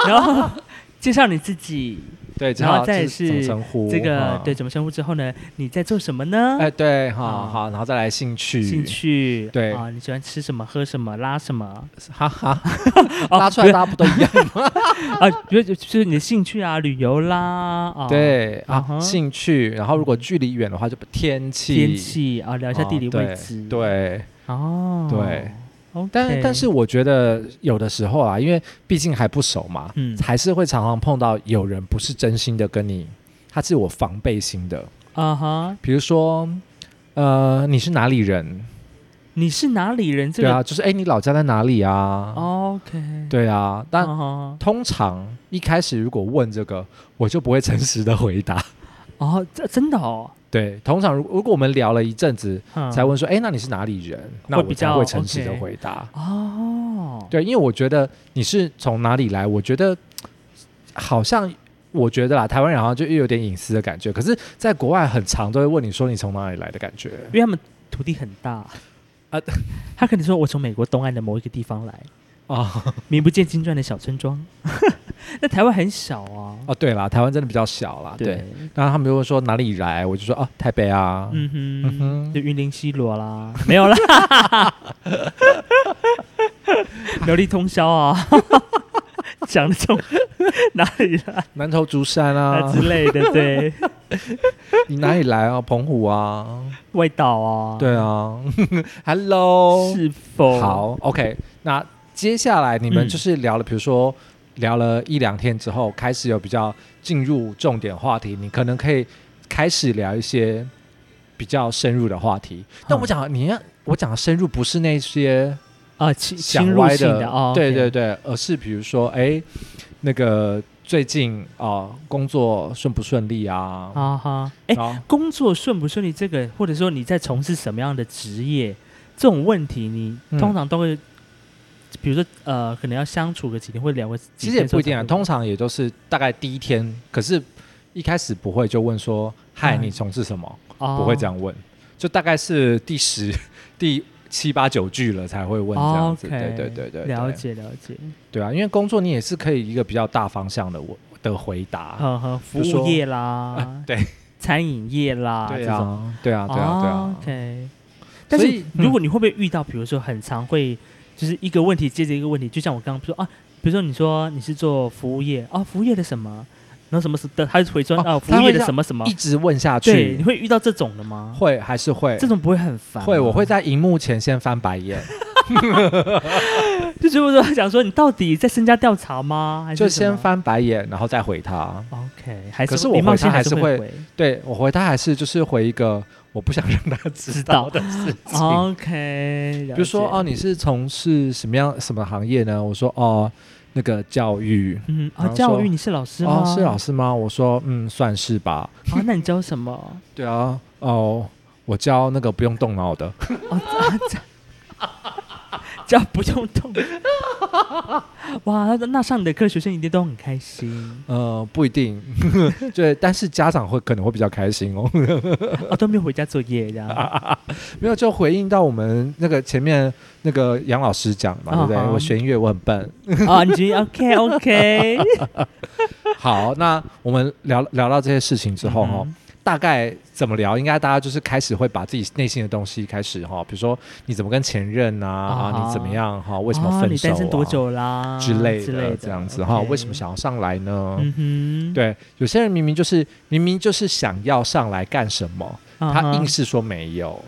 Speaker 1: 然后介绍你自己，
Speaker 2: 对，
Speaker 1: 然后
Speaker 2: 知道
Speaker 1: 再
Speaker 2: 这怎么
Speaker 1: 是
Speaker 2: 称呼
Speaker 1: 这个
Speaker 2: 嗯
Speaker 1: 对怎么称呼之后呢？你在做什么呢？
Speaker 2: 哎对，好
Speaker 1: 啊
Speaker 2: 好，然后再来兴趣，
Speaker 1: 兴趣
Speaker 2: 对
Speaker 1: 啊，你喜欢吃什么、喝什么、拉什么？
Speaker 2: 哈哈，
Speaker 1: 哦
Speaker 2: 拉出来大家不都一样？
Speaker 1: 啊，比如就是你的兴趣啊，旅游啦， 啊，，
Speaker 2: 对
Speaker 1: 嗯
Speaker 2: 啊，
Speaker 1: 哼
Speaker 2: 兴趣，然后如果距离远的话就天气，
Speaker 1: 天气啊，聊一下地
Speaker 2: 哦
Speaker 1: 理
Speaker 2: 对
Speaker 1: 位置，，
Speaker 2: 对，
Speaker 1: 哦，
Speaker 2: 对
Speaker 1: ，OK，
Speaker 2: 但但是我觉得有的时候啊，因为毕竟还不熟嘛，
Speaker 1: 嗯
Speaker 2: 还是会常常碰到有人不是真心的跟你，他是有防备心的。
Speaker 1: 啊哈，
Speaker 2: 比如说，呃，你是哪里人？
Speaker 1: 你是哪里人？这
Speaker 2: 对啊，
Speaker 1: 个
Speaker 2: 就是哎、你老家在哪里啊？
Speaker 1: OK，
Speaker 2: 对啊，但
Speaker 1: 哦
Speaker 2: 通常一开始如果问这个，我就不会诚实的回 答。
Speaker 1: 哦，这真的哦，
Speaker 2: 对，通常如如果我们聊了一阵子，
Speaker 1: 嗯
Speaker 2: 才问说，哎、那你是哪里人？那
Speaker 1: 比
Speaker 2: 我才
Speaker 1: 较
Speaker 2: 会诚实的
Speaker 1: OK
Speaker 2: 回答。
Speaker 1: 哦，
Speaker 2: 对，因为我觉得你是从哪里来，我觉得好像。我觉得啦，台湾人好像就又有点隐私的感觉，可是，在国外很常都会问你说你从哪里来的感觉。
Speaker 1: 因为他们土地很大
Speaker 2: 啊
Speaker 1: 他可能说我从美国东岸的某一个地方来，
Speaker 2: 啊
Speaker 1: 名不见经传的小村庄。 那台湾很小啊，
Speaker 2: 啊，对啦，台湾真的比较小啦，对。
Speaker 1: 对，
Speaker 2: 然后他们就会说哪里来，我就说啊，台北啊，
Speaker 1: 嗯
Speaker 2: 嗯
Speaker 1: 哼，
Speaker 2: 哼
Speaker 1: 就云林西罗啦，没有 啦，苗栗通宵 啊，讲那种哪里来
Speaker 2: 南投竹山
Speaker 1: 啊
Speaker 2: 啊
Speaker 1: 之，类的，对，
Speaker 2: 你哪里来啊？澎湖啊，
Speaker 1: 外岛啊，
Speaker 2: 对啊 ，Hello，
Speaker 1: 是否
Speaker 2: 哦好，OK，那接下来你们
Speaker 1: 嗯
Speaker 2: 就是聊了，比如说聊了一两天之后，开始有比较进入重点话题，你可能可以开始聊一些比较深入的话题。但我讲的你要我讲的深入，不是那些
Speaker 1: 啊？侵侵
Speaker 2: 想
Speaker 1: 入
Speaker 2: 歪
Speaker 1: 性的哦，
Speaker 2: 对
Speaker 1: OK
Speaker 2: 对，对，而是比如说，哎，那个最近啊、工作顺不顺利啊？
Speaker 1: 啊哈，哎，
Speaker 2: 然后
Speaker 1: 工作顺不顺利这个，或者说你在从事什么样的职业，这种问题你
Speaker 2: 嗯
Speaker 1: 通常都会，比如说呃，可能要相处个几天，或者聊个几
Speaker 2: 其
Speaker 1: 天
Speaker 2: 实也不一
Speaker 1: 之后
Speaker 2: 定啊，
Speaker 1: 才会
Speaker 2: 通常也都是大概第一天，可是一开始不会就问说，嗨，
Speaker 1: 嗯
Speaker 2: 你从事什么？
Speaker 1: 哦
Speaker 2: 不会这样问，就大概是第十、 第七八九句了才会问这样子。
Speaker 1: 哦
Speaker 2: 对
Speaker 1: OK，
Speaker 2: 对对对，对
Speaker 1: 了，解了解，
Speaker 2: 对啊，因为工作你也是可以一个比较大方向的我的回答。
Speaker 1: 呵呵，服
Speaker 2: 就啊说
Speaker 1: 务业啦，
Speaker 2: 对
Speaker 1: 餐饮业啦，
Speaker 2: 对
Speaker 1: 哦这种，哦
Speaker 2: 啊，对啊，对啊，对啊。
Speaker 1: OK，但
Speaker 2: 所
Speaker 1: 是嗯
Speaker 2: 以
Speaker 1: 如果你会不会遇到，比如说很常会就是一个问题接着一个问题，就像我刚刚说啊，比如说你说你是做服务业啊，服务业的什么，然后什么什么的，他就回说
Speaker 2: 哦
Speaker 1: 啊，服
Speaker 2: 他
Speaker 1: 务
Speaker 2: 会
Speaker 1: 业的
Speaker 2: 让
Speaker 1: 什么什么
Speaker 2: 一，直问下
Speaker 1: 对，你
Speaker 2: 去，
Speaker 1: 会遇到这种的吗？
Speaker 2: 会还是会
Speaker 1: 这种不会很烦吗？
Speaker 2: 会，我会在荧幕前先翻白眼，
Speaker 1: 就觉得说想说你到底在身家调查吗？还是
Speaker 2: 就
Speaker 1: 什么
Speaker 2: 先翻白眼，然后再回他。
Speaker 1: OK，还是
Speaker 2: 可是我
Speaker 1: 礼貌
Speaker 2: 回
Speaker 1: 性
Speaker 2: 他
Speaker 1: 还
Speaker 2: 还
Speaker 1: 是
Speaker 2: 是
Speaker 1: 会
Speaker 2: 会对我回他还是就是回一个我不想让他知
Speaker 1: 知道
Speaker 2: 道
Speaker 1: 哦
Speaker 2: 的事 情。
Speaker 1: OK，比
Speaker 2: 比如说哦，，你是从事什么样什么行业呢？我说哦，那个教育。
Speaker 1: 嗯啊，
Speaker 2: 然后
Speaker 1: 教
Speaker 2: 说
Speaker 1: 育你是老师吗？
Speaker 2: 哦，是老
Speaker 1: 师
Speaker 2: 师吗？我说嗯，算是吧。
Speaker 1: 啊，那你教什么？
Speaker 2: 对啊，哦，我教那个不用动脑的。
Speaker 1: 哦，啊这 教不用动。哇，那那上你的课学生一定都很开心，
Speaker 2: 呃，不一定， 对，但是家长会可能会比较开心哦。
Speaker 1: 哦，都没有回家作业这
Speaker 2: 啊
Speaker 1: 样。
Speaker 2: 没有，就回应到我们那个前面那个杨老师讲嘛，对不对？
Speaker 1: 嗯好
Speaker 2: 我学音乐我 很笨。
Speaker 1: 啊，你觉得 OK OK
Speaker 2: 好，那我们聊聊到这些事情之后哦，
Speaker 1: 嗯
Speaker 2: 大概怎么聊？应该大家就是开始会把自己内心的东西开始哈，比如说你怎么跟前任啊，
Speaker 1: 啊
Speaker 2: 啊你怎么样哈， 为什么
Speaker 1: 啊
Speaker 2: 分手、啊
Speaker 1: 你单身多久啦？
Speaker 2: 之类
Speaker 1: 之
Speaker 2: 的
Speaker 1: 类
Speaker 2: 这样子哈，
Speaker 1: OK
Speaker 2: 为什么？想要上来呢？
Speaker 1: 嗯哼，
Speaker 2: 对，有些人明明就是明明就是想要上来干什么，
Speaker 1: 啊哈，
Speaker 2: 他硬是说没有。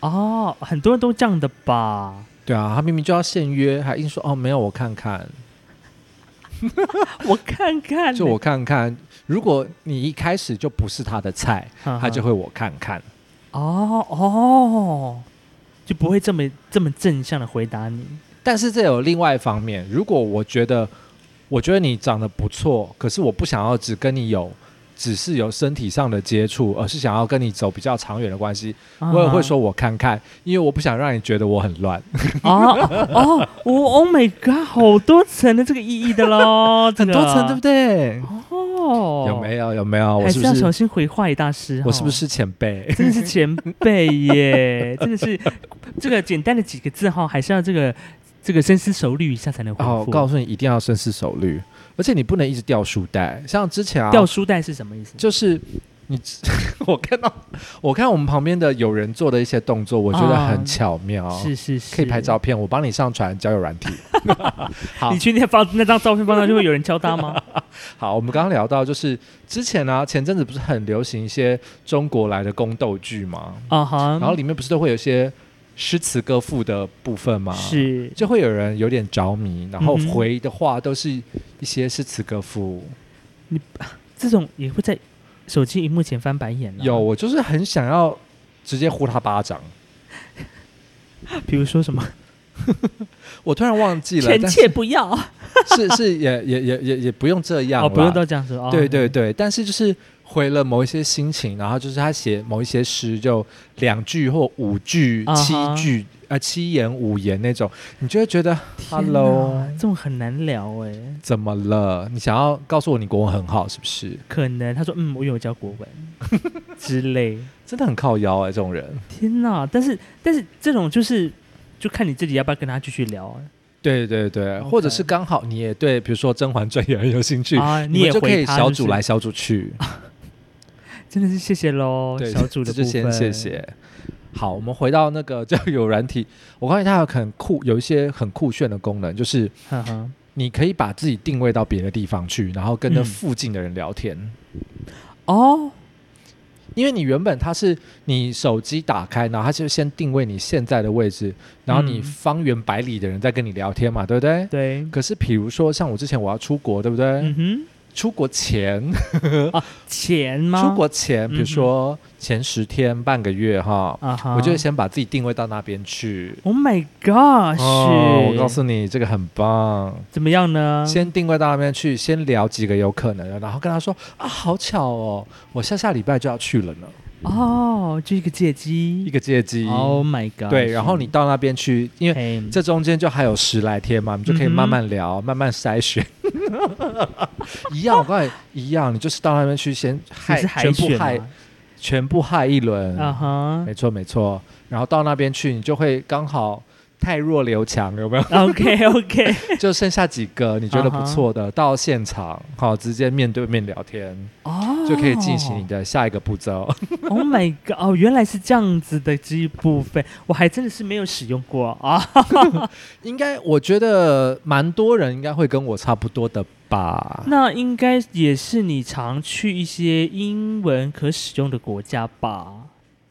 Speaker 1: 哦，很多人都这样的吧？
Speaker 2: 对啊，他明明就要现约，还硬说哦没有，我看看，
Speaker 1: 我看看，
Speaker 2: 就我看看。如果你一开始就不是他的菜，
Speaker 1: 啊哈，
Speaker 2: 他就会我看看。
Speaker 1: 哦哦，就不会这么这么正向的回答你。
Speaker 2: 但是这有另外一方面，如果我觉得，我觉得你长得不错，可是我不想要只跟你有，只是有身体上的接触，而是想要跟你走比较长远的关系，
Speaker 1: 嗯
Speaker 2: 我也会说我看看，因为我不想让你觉得我很乱。
Speaker 1: 哦哦，我 Oh my God，好多层的这个意义的 喽，这
Speaker 2: 很
Speaker 1: 个
Speaker 2: 多层，对不对？
Speaker 1: 啊哦，
Speaker 2: 有没有？有没有？我
Speaker 1: 还是
Speaker 2: 是不
Speaker 1: 要小
Speaker 2: 是？
Speaker 1: 心回话语大师，
Speaker 2: 我是不
Speaker 1: 哦？
Speaker 2: 是 前 辈？
Speaker 1: 真的是前辈耶，真的是这个简单的几个字哈，还是要这个这个深思熟虑一下才能回
Speaker 2: 哦，
Speaker 1: 复。
Speaker 2: 告诉你一定要深思熟虑，而且你不能一直掉书袋。像之前啊，
Speaker 1: 掉书袋是什么意思？
Speaker 2: 就是你， 我看到我看我们旁边的有人做的一些动作，我觉得
Speaker 1: 啊
Speaker 2: 很巧妙。
Speaker 1: 是是是，
Speaker 2: 可以拍照。片，我帮你上传交友软体。 好
Speaker 1: 你去那放那张照片放上去，会有人敲他 吗？
Speaker 2: 好，我们刚刚聊到，就是之前呢、啊，前阵子不是很流行一些中国来的宫斗剧吗？
Speaker 1: 啊哈，
Speaker 2: 然后里面不是都会有一些诗词歌赋的部分吗？，
Speaker 1: 是
Speaker 2: 就会有人有点着迷，然后
Speaker 1: 嗯哼
Speaker 2: 回的话都是一些诗词歌赋。
Speaker 1: 这种也会在手机荧幕前翻白眼、啊。
Speaker 2: 有，，我就是很想要直接呼他巴掌。
Speaker 1: 比如说什么
Speaker 2: 我突然忘记了，
Speaker 1: 臣
Speaker 2: 但
Speaker 1: 妾不要
Speaker 2: 是是是也也也也也不用这样啦，
Speaker 1: 哦，不用到这样子哦。
Speaker 2: 对对对，但是就是回了某一些心情，然后就是他写某一些诗，就两句或五句、
Speaker 1: 啊哈
Speaker 2: 七句、呃七言五言那种，你就会觉得
Speaker 1: 天哪
Speaker 2: Hello
Speaker 1: 这种很难聊哎、
Speaker 2: 怎么了？你想要告诉我你国文很好是不是？
Speaker 1: 可能他说嗯，我有教国 文之类。
Speaker 2: 真的很靠腰哎、这种人
Speaker 1: 天哪！但是但是这种就是就看你自己要不要跟他继续聊、啊。
Speaker 2: 对对对
Speaker 1: OK
Speaker 2: 或者是刚好你也对，比如说《甄嬛传》也很有兴趣，
Speaker 1: 啊，
Speaker 2: 你
Speaker 1: 也
Speaker 2: 们就可
Speaker 1: 回
Speaker 2: 以
Speaker 1: 他
Speaker 2: 小
Speaker 1: 就是
Speaker 2: 组来，小组去。
Speaker 1: 真的是谢谢喽，
Speaker 2: 对，
Speaker 1: 哦小组的
Speaker 2: 这就
Speaker 1: 部
Speaker 2: 先
Speaker 1: 分，
Speaker 2: 谢。谢。好，我们回到那个交友软体，我告诉你，它有很酷，有一些很酷炫的功能，就是
Speaker 1: 哈哈，
Speaker 2: 你可以把自己定位到别的地方去，然后跟着
Speaker 1: 嗯
Speaker 2: 附近的人聊天。
Speaker 1: 哦，
Speaker 2: 因为你原本它是你手机打开，然后它就先定位你现在的位置，然后你
Speaker 1: 嗯
Speaker 2: 方圆百里的人在跟你聊天嘛，对不对？
Speaker 1: 对，
Speaker 2: 可是比如说像我之前我要出国，对不对？
Speaker 1: 嗯
Speaker 2: 出国前，
Speaker 1: 哼，钱吗？
Speaker 2: 出国前，
Speaker 1: 嗯
Speaker 2: 比如
Speaker 1: 哼
Speaker 2: 说前十天、半个月哈，
Speaker 1: 啊哈，
Speaker 2: 我就会先把自己定位到那边去。
Speaker 1: ，Oh my gosh，
Speaker 2: 哦，我告诉你，这个很棒。
Speaker 1: 怎么样呢？
Speaker 2: 先定位到那边去，先聊几个有可能的，然后跟他说啊，好巧哦，我下下礼拜就要去了呢，
Speaker 1: 哦，这个借机，
Speaker 2: 一个借机。
Speaker 1: Oh my god！
Speaker 2: 对，然后你到那边去，因为
Speaker 1: 嘿
Speaker 2: 这中间就还有十来天嘛，你就可以慢
Speaker 1: 哎嗯哼
Speaker 2: 慢聊，慢慢筛选。 一样，我告诉你，一样，你就是到那边去先
Speaker 1: 你
Speaker 2: 害
Speaker 1: 是海
Speaker 2: 全部
Speaker 1: 选
Speaker 2: 害
Speaker 1: 吗
Speaker 2: 全部害一轮
Speaker 1: 啊哈
Speaker 2: 没错没错，然后到那边去，你就会刚好太弱留强，有没有？
Speaker 1: ，OK OK，
Speaker 2: 就剩下几个你觉得不
Speaker 1: 啊哈
Speaker 2: 错的，到现场好直接面对面聊天，
Speaker 1: 哦，
Speaker 2: 就可以进行你。的下一个步骤。
Speaker 1: Oh my god！哦，原来是这样子的这一部分，我还真的是没有使用过啊。
Speaker 2: 应该我觉得蛮多人应该会跟我差不多的吧。
Speaker 1: 那应该也是你常去一些英文可使用的国家吧？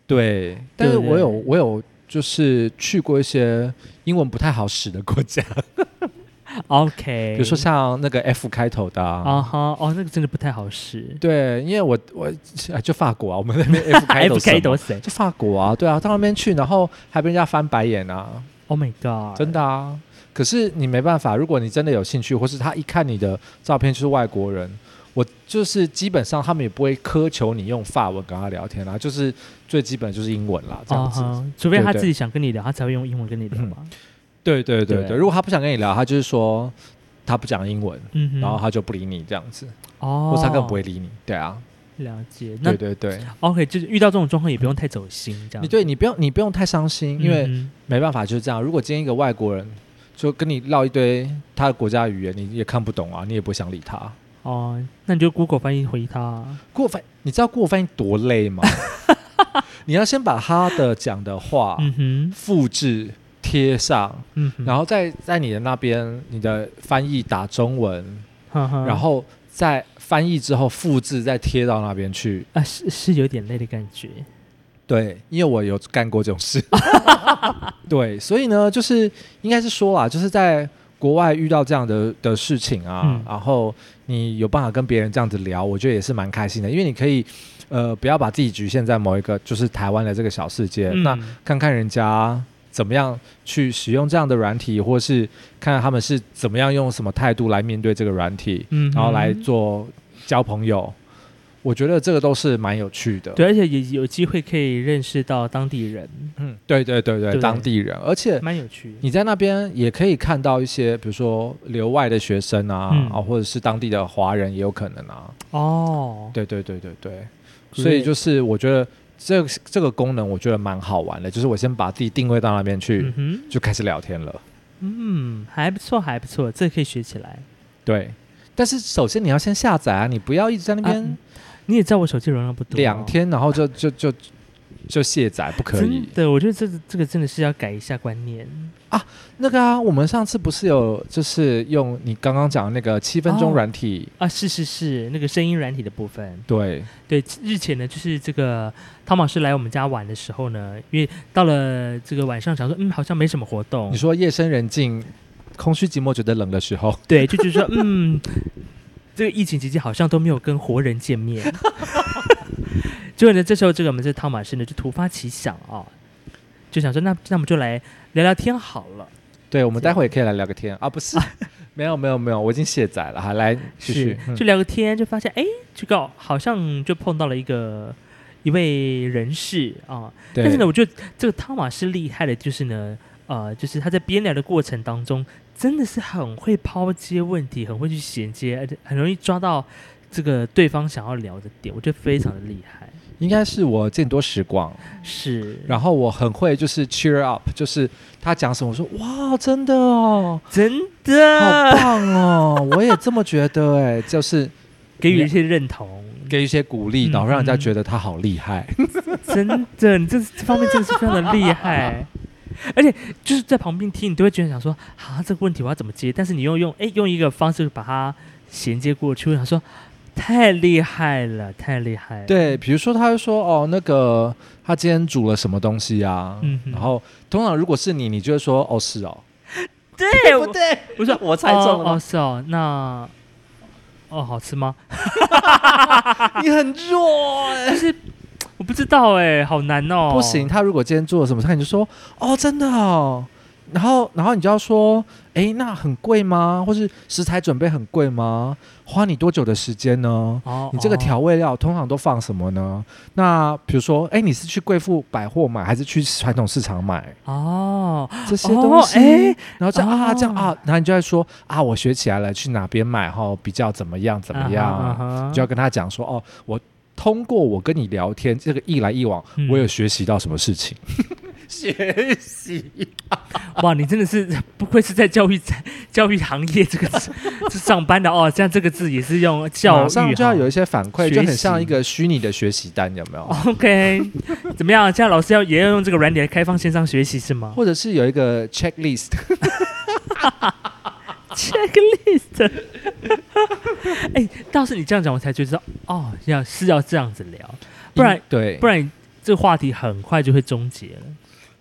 Speaker 2: 对，但是
Speaker 1: 对对
Speaker 2: 我有我有就是去过一些英文不太好使的国家，
Speaker 1: OK，
Speaker 2: 比如说像那个 F 开头的啊。
Speaker 1: 啊哈，哦，那个真的不太好使。
Speaker 2: 对，因为我我就法国啊，我们那边 F 开头
Speaker 1: F
Speaker 2: 什么
Speaker 1: 开头谁
Speaker 2: 就法国啊，对啊，到那边去，然后还被人家翻白眼啊，
Speaker 1: ？Oh my god！
Speaker 2: 真的啊。可是你没办法，如果你真的有兴趣，或是他一看你的照片就是外国人，我就是基本上他们也不会苛求你用法文跟他聊天啦、啊就是最基本就是英文啦，这
Speaker 1: 啊
Speaker 2: 样子。
Speaker 1: 哈，除非他
Speaker 2: 对对
Speaker 1: 自己想跟你聊，他才会用英文跟你聊嘛。
Speaker 2: 对对对
Speaker 1: 对
Speaker 2: 对如果他不想跟你聊，他就是说他不讲英文，
Speaker 1: 嗯哼，
Speaker 2: 然后他就不理你这样子，
Speaker 1: 哦，
Speaker 2: 或是他根本不会理你。对啊，
Speaker 1: 了解。那
Speaker 2: 对对对，
Speaker 1: OK，就是遇到这种状况也不用太走心，这样
Speaker 2: 你对你不用你不用太伤心，因为
Speaker 1: 嗯
Speaker 2: 没办法，就是这样。如果今天一个外国人就跟你唠一堆他的国家语言，你也看不懂啊，你也不会想理他。
Speaker 1: 哼哦，那你就 Google 翻译回他啊。
Speaker 2: 过翻，你知道过翻译多累 吗？你要先把他的讲的话
Speaker 1: 嗯哼，
Speaker 2: 复制贴上，
Speaker 1: 嗯哼，
Speaker 2: 然后再在你的那边你的翻译打中文，
Speaker 1: 哈哈
Speaker 2: 然后再翻译之后复制再贴到那边去。
Speaker 1: 啊，是是有点累的感觉。
Speaker 2: 对，因为我有干过这 种事。对，所以呢，就是应该是说啦，就是在国外遇到这样的的事情啊，
Speaker 1: 嗯
Speaker 2: 然后你有办法跟别人这样子聊，我觉得也是蛮开心的，因为你可以呃不要把自己局限在某一个就是台湾的这个小世界，那
Speaker 1: 嗯
Speaker 2: 看看人家。怎么样去使用这样的软体，或是看看他们是怎么样用什么态度来面对这个软体，
Speaker 1: 嗯哼，
Speaker 2: 然后来做交朋友，我觉得这个都是蛮有趣的。
Speaker 1: 对，而且也有机会可以认识到当地人，
Speaker 2: 嗯，对对对对，
Speaker 1: 对
Speaker 2: 当地人，而且
Speaker 1: 蛮有趣。
Speaker 2: 你在那边也可以看到一些，比如说留外的学生啊，
Speaker 1: 嗯
Speaker 2: 啊，或者是当地的华人也有可能啊。
Speaker 1: 哦，
Speaker 2: 对对对对对，
Speaker 1: Great
Speaker 2: 所以就是我觉得这个这个功能我觉得蛮好玩的，就是我先把自己定位到那边去，
Speaker 1: 嗯哼，
Speaker 2: 就开始聊天了。
Speaker 1: 嗯，还不错，还不错，这可以学起来。
Speaker 2: 对，但是首先你要先下载啊，你不要一直在那
Speaker 1: 啊
Speaker 2: 边
Speaker 1: 嗯你也知道我手机容量不多，
Speaker 2: 两。天，然后就就就就卸载，不可以
Speaker 1: 真。的，我觉得这这个真的是要改一下观念。
Speaker 2: 那个啊，我们上次不是有就是用你刚刚讲的那个七分钟
Speaker 1: 哦
Speaker 2: 软体。
Speaker 1: 啊，是是是，那个声音软体的部分。
Speaker 2: 对，
Speaker 1: 对，日前呢，就是这个汤马士来我们家玩的时候呢，因为到了这个晚上，想说，嗯，好像没什么活动
Speaker 2: 你，说夜深人静、空虚寂寞、觉得冷的时候，
Speaker 1: 对，就觉得说，嗯，这个疫情期间好像都没有跟活人见面。 结果呢，这时候这个我们这汤马士呢就突发奇想啊，就想说，那那我们就来聊聊天好了。
Speaker 2: 对我们
Speaker 1: 这样
Speaker 2: 待会也可以来聊个天啊，不 是？没有没有没有，我已经卸载了哈，来
Speaker 1: 是
Speaker 2: 继续。嗯
Speaker 1: 就聊个天，就发现哎，这个好像就碰到了一个一位人士啊。
Speaker 2: 对
Speaker 1: 但是呢，我觉得这个汤马是厉害的，就是呢，呃，就是他在编聊的过程当中，真的是很会抛接问题，很会去衔接，而且很容易抓到这个对方想要聊的点，我觉得非常的厉害。
Speaker 2: 应该是我见多识广，
Speaker 1: 是，
Speaker 2: 然后我很会就是 cheer up，就是他讲什么，我说哇，真的哦，
Speaker 1: 真
Speaker 2: 好
Speaker 1: 的
Speaker 2: 棒哦，我也这么觉得哎，就是
Speaker 1: 给予一些认同，
Speaker 2: 给一些鼓励，
Speaker 1: 嗯
Speaker 2: 然后让人家
Speaker 1: 嗯
Speaker 2: 觉得他好厉害。
Speaker 1: 真的，你这这方面真的是非常的厉害。而且就是在旁边听，你都会觉得想说啊，这个问题我要怎么接？但是你又用哎用一个方式把它衔接过去，我想说太厉害了，太厉害了。，
Speaker 2: 对，比如说他会说哦，那个他今天煮了什么东西啊？
Speaker 1: 嗯哼
Speaker 2: 然后通常如果是你，你就会说哦是哦，
Speaker 1: 对我
Speaker 2: 对？
Speaker 1: 我说
Speaker 2: 我猜中了
Speaker 1: 哦
Speaker 2: 吗
Speaker 1: 哦是哦，那哦好吃吗？哦
Speaker 2: 你很弱哎、
Speaker 1: 就是我不知道哎、好难哦。
Speaker 2: 不行，，他如果今天做了什么菜，你就说哦真的哦，然后然后你就要说哎那很贵吗？或是食材准备很贵吗？花你多久的时间呢？
Speaker 1: 哦，
Speaker 2: 你这个
Speaker 1: 哦
Speaker 2: 调味料通常都放什么呢？那比如说，哎，你是去贵妇百货买，还是去传统市场买？
Speaker 1: 哦，
Speaker 2: 这些东西，
Speaker 1: 哦诶
Speaker 2: 然后这样、啊，
Speaker 1: 哦
Speaker 2: 这样啊，然后你就在说啊，我学起来了，去哪边买哈、比较怎么样怎么样，
Speaker 1: 啊哈啊哈
Speaker 2: 你 就要跟他讲说哦，我通过我跟你聊天，这个一来一往，
Speaker 1: 嗯
Speaker 2: 我有学习到什么事情，学习
Speaker 1: 哇，你真的是不愧是在教育 在教育行业这个字这上班的哦，这样这个字也是用教
Speaker 2: 马上
Speaker 1: 育
Speaker 2: 就要有一些反馈，
Speaker 1: 学习哦
Speaker 2: 就很像一个虚拟的学习单，有没有？
Speaker 1: 哈 OK，怎 么样？现在老师要也要用这个软体来开放线上学习是吗
Speaker 2: 或者是有一个 checklist，
Speaker 1: ？Checklist，哎、倒是你这样讲，我才觉得哦，要是要这样子聊， 不然
Speaker 2: 对，
Speaker 1: 不然这个话题很快就会终结了。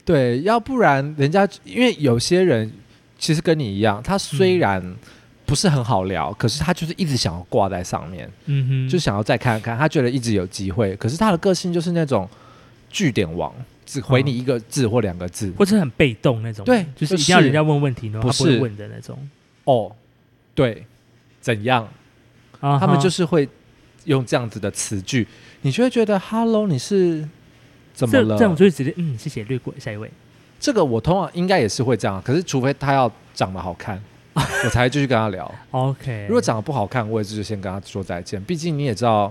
Speaker 2: 对，要不然人家因为有些人其实跟你一样，他虽
Speaker 1: 嗯
Speaker 2: 然不是很好聊，可是他就是一直想要挂在上面，
Speaker 1: 嗯哼，
Speaker 2: 就想要再看看，他觉得一直有机会，可是他的个性就是那种据点王，只回
Speaker 1: 嗯
Speaker 2: 你一个字或两个字。
Speaker 1: 或者很被动那种，
Speaker 2: 对
Speaker 1: 就是一定要
Speaker 2: 是
Speaker 1: 人家问问题，然后
Speaker 2: 不
Speaker 1: 他不会
Speaker 2: 是
Speaker 1: 问的那种。
Speaker 2: 哦，对，怎样？
Speaker 1: 啊
Speaker 2: 他
Speaker 1: 哈
Speaker 2: 们就是会用这样子的词句，你就会觉得 “hello”，你是怎么
Speaker 1: 这这样我
Speaker 2: 了？
Speaker 1: 就会直接嗯，谢谢，略过下一位。
Speaker 2: 这个我通常应该也是会这样，可是除非他要长得好看，我才会继续跟 他聊。
Speaker 1: OK，
Speaker 2: 如果长得不好看，我也是就先跟他说再见。毕竟你也知道，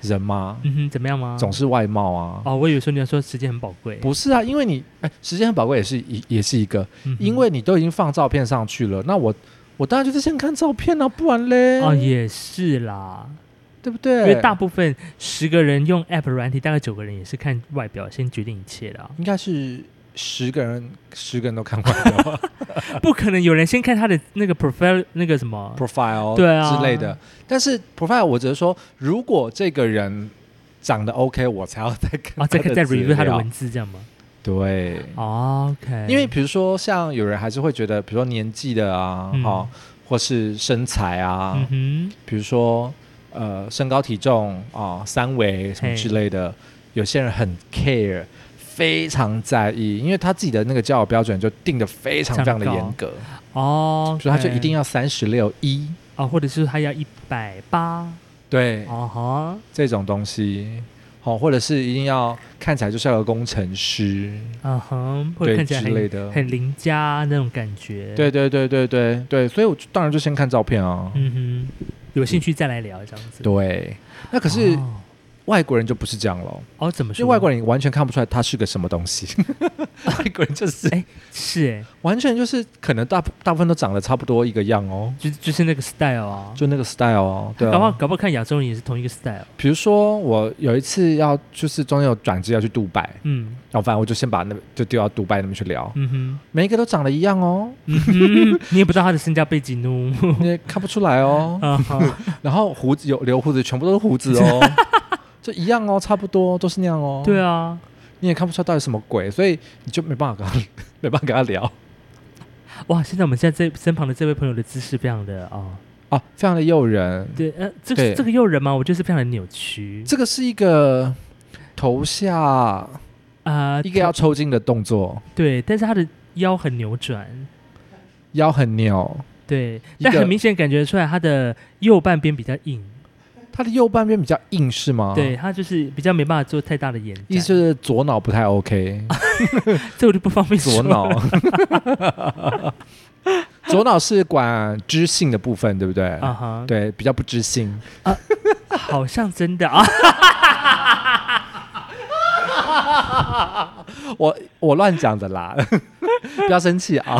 Speaker 2: 人嘛，
Speaker 1: 嗯哼，怎么样吗？
Speaker 2: 总是外貌啊。
Speaker 1: 哦，我以为说你要说时间很宝贵，
Speaker 2: 不是啊，因为你哎，时间很宝贵，也是一也是一个，
Speaker 1: 嗯哼
Speaker 2: 因为你都已经放照片上去了，那我我当然就是先看照片啊，不然嘞，
Speaker 1: 哦也是啦，
Speaker 2: 对不
Speaker 1: 因
Speaker 2: 对？
Speaker 1: 为大部分十个人用 App 软体，大概九个人也是看外表先决定一切 的啊、
Speaker 2: 应该是十个人，十个人都看过 了
Speaker 1: 不可能有人先看他的那个 profile 那个什么
Speaker 2: profile
Speaker 1: 对啊
Speaker 2: 之类的。但是 profile 我只是说，如果这个人长得 OK，我才要再看
Speaker 1: 啊，再看再 review 他
Speaker 2: 资
Speaker 1: 的
Speaker 2: 料
Speaker 1: 文字这样吗
Speaker 2: 对。
Speaker 1: ？OK，
Speaker 2: 因为比如说，像有人还是会觉得，比如说年纪的啊，
Speaker 1: 嗯
Speaker 2: 哈、或是身材啊，
Speaker 1: 嗯哼，
Speaker 2: 比如说呃身高体重啊、三围什么之类的，有些人很 care，非常在意，因为他自己的那个交友标准就定的非常非常的严格，
Speaker 1: 哦，
Speaker 2: 所以他就一定要三十六一，
Speaker 1: 啊、或者是他要一百八，
Speaker 2: 对、
Speaker 1: 哦哈，
Speaker 2: 这种东西。哦，或者是一定要看起来就是要有工程师，
Speaker 1: 嗯哼，会
Speaker 2: 对
Speaker 1: 看起
Speaker 2: 之
Speaker 1: 来
Speaker 2: 类
Speaker 1: 很
Speaker 2: 的，
Speaker 1: 很邻家那种感觉，
Speaker 2: 对，对对对对对，所以我就当然就先看照片啊，
Speaker 1: 嗯哼，有兴趣再来聊这样子。
Speaker 2: 对，那可是
Speaker 1: 哦
Speaker 2: 外国人就不是这样喽，
Speaker 1: 哦，怎么
Speaker 2: 因为
Speaker 1: 说？
Speaker 2: 外国人完全看不出来他是个什么东西， 外国人就是
Speaker 1: 是哎，
Speaker 2: 完全就是可能大部大部分都长得差不多一个样哦，
Speaker 1: 就就是那个 style 啊，
Speaker 2: 就那个 style 哦，对
Speaker 1: 搞不好
Speaker 2: 啊。
Speaker 1: 搞不好看亚洲人也是同一个 style。
Speaker 2: 比如说我有一次要就是中间有转机要去杜拜，
Speaker 1: 嗯
Speaker 2: 然后反正我就先把那就丢到杜拜那边去聊，
Speaker 1: 嗯哼，
Speaker 2: 每一个都长得一 样哦，
Speaker 1: 嗯 哼，你也不知道他的身家背景哦。。
Speaker 2: 你也看不出来哦
Speaker 1: 啊 哈，
Speaker 2: 然后胡子有留胡子，全部都是胡 子哦，就一样哦，差不多都是那样哦。
Speaker 1: 对啊，
Speaker 2: 你也看不出来到底什么鬼，所以你就没办法跟他 没办法跟他聊
Speaker 1: 哇！现在我们现在这身旁的这位朋友的姿势非常的啊、哦，
Speaker 2: 啊，非常的诱人。
Speaker 1: 对，呃，这
Speaker 2: 对
Speaker 1: 个这个诱人吗？我就是非常的扭曲
Speaker 2: 这个是一个头下
Speaker 1: 啊、
Speaker 2: 一个要抽筋的动作，
Speaker 1: 对，但是他的腰很扭转，
Speaker 2: 腰很扭，
Speaker 1: 对，
Speaker 2: 一
Speaker 1: 但
Speaker 2: 个
Speaker 1: 很明显感觉出来他的右半边比较硬，
Speaker 2: 他的右半边比较硬是吗？
Speaker 1: 对，他就是比较没办法做太大的延展，
Speaker 2: 啊意思就是左脑不太 OK，
Speaker 1: 啊这我就不方便说
Speaker 2: 左
Speaker 1: 了。
Speaker 2: 脑， 左脑是管知性的部分，对不对？
Speaker 1: 啊哈，
Speaker 2: 对，比较不知性。
Speaker 1: 好像真的啊。
Speaker 2: 我我乱讲的啦， 不要生气啊！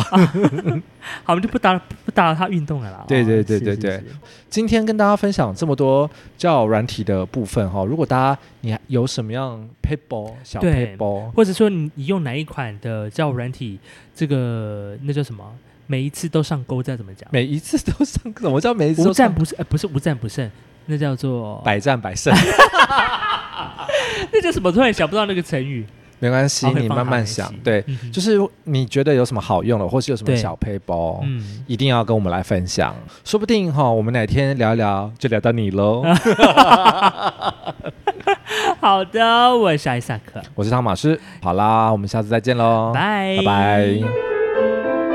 Speaker 1: 好，我们就不打不打扰他运动了啦。
Speaker 2: 对
Speaker 1: 哦
Speaker 2: 对对
Speaker 1: 是
Speaker 2: 对
Speaker 1: 是
Speaker 2: 对
Speaker 1: 是
Speaker 2: 今天跟大家分享这么多交友软体的部分哈、如果大家你还有什么样 p a p e 小 p
Speaker 1: 对
Speaker 2: a p e
Speaker 1: 或者说你你用哪一款的叫软体，这个那叫什么？每一次都上钩，这要怎么讲？
Speaker 2: 每一次都上，什么叫每一次
Speaker 1: 无
Speaker 2: 都
Speaker 1: 战
Speaker 2: 上？
Speaker 1: 不胜，呃，不是无战不胜，那叫做
Speaker 2: 百战百胜，
Speaker 1: 啊那叫什么？突然想不到那个成语。
Speaker 2: 没关系，
Speaker 1: 好可以哦
Speaker 2: 你
Speaker 1: 放
Speaker 2: 慢
Speaker 1: 它
Speaker 2: 慢
Speaker 1: 没
Speaker 2: 想
Speaker 1: 事。
Speaker 2: 对，
Speaker 1: 嗯哼
Speaker 2: 就是你觉得有什么好用的，或是有什么
Speaker 1: 对
Speaker 2: 小 p a p e
Speaker 1: 嗯，
Speaker 2: 一定要跟我们来分享，说不定哈、我们哪天聊一聊就聊到 你喽。
Speaker 1: 好的，我是艾萨克，
Speaker 2: 我是汤马师，好啦，我们下次再见喽，
Speaker 1: 拜
Speaker 2: 拜拜。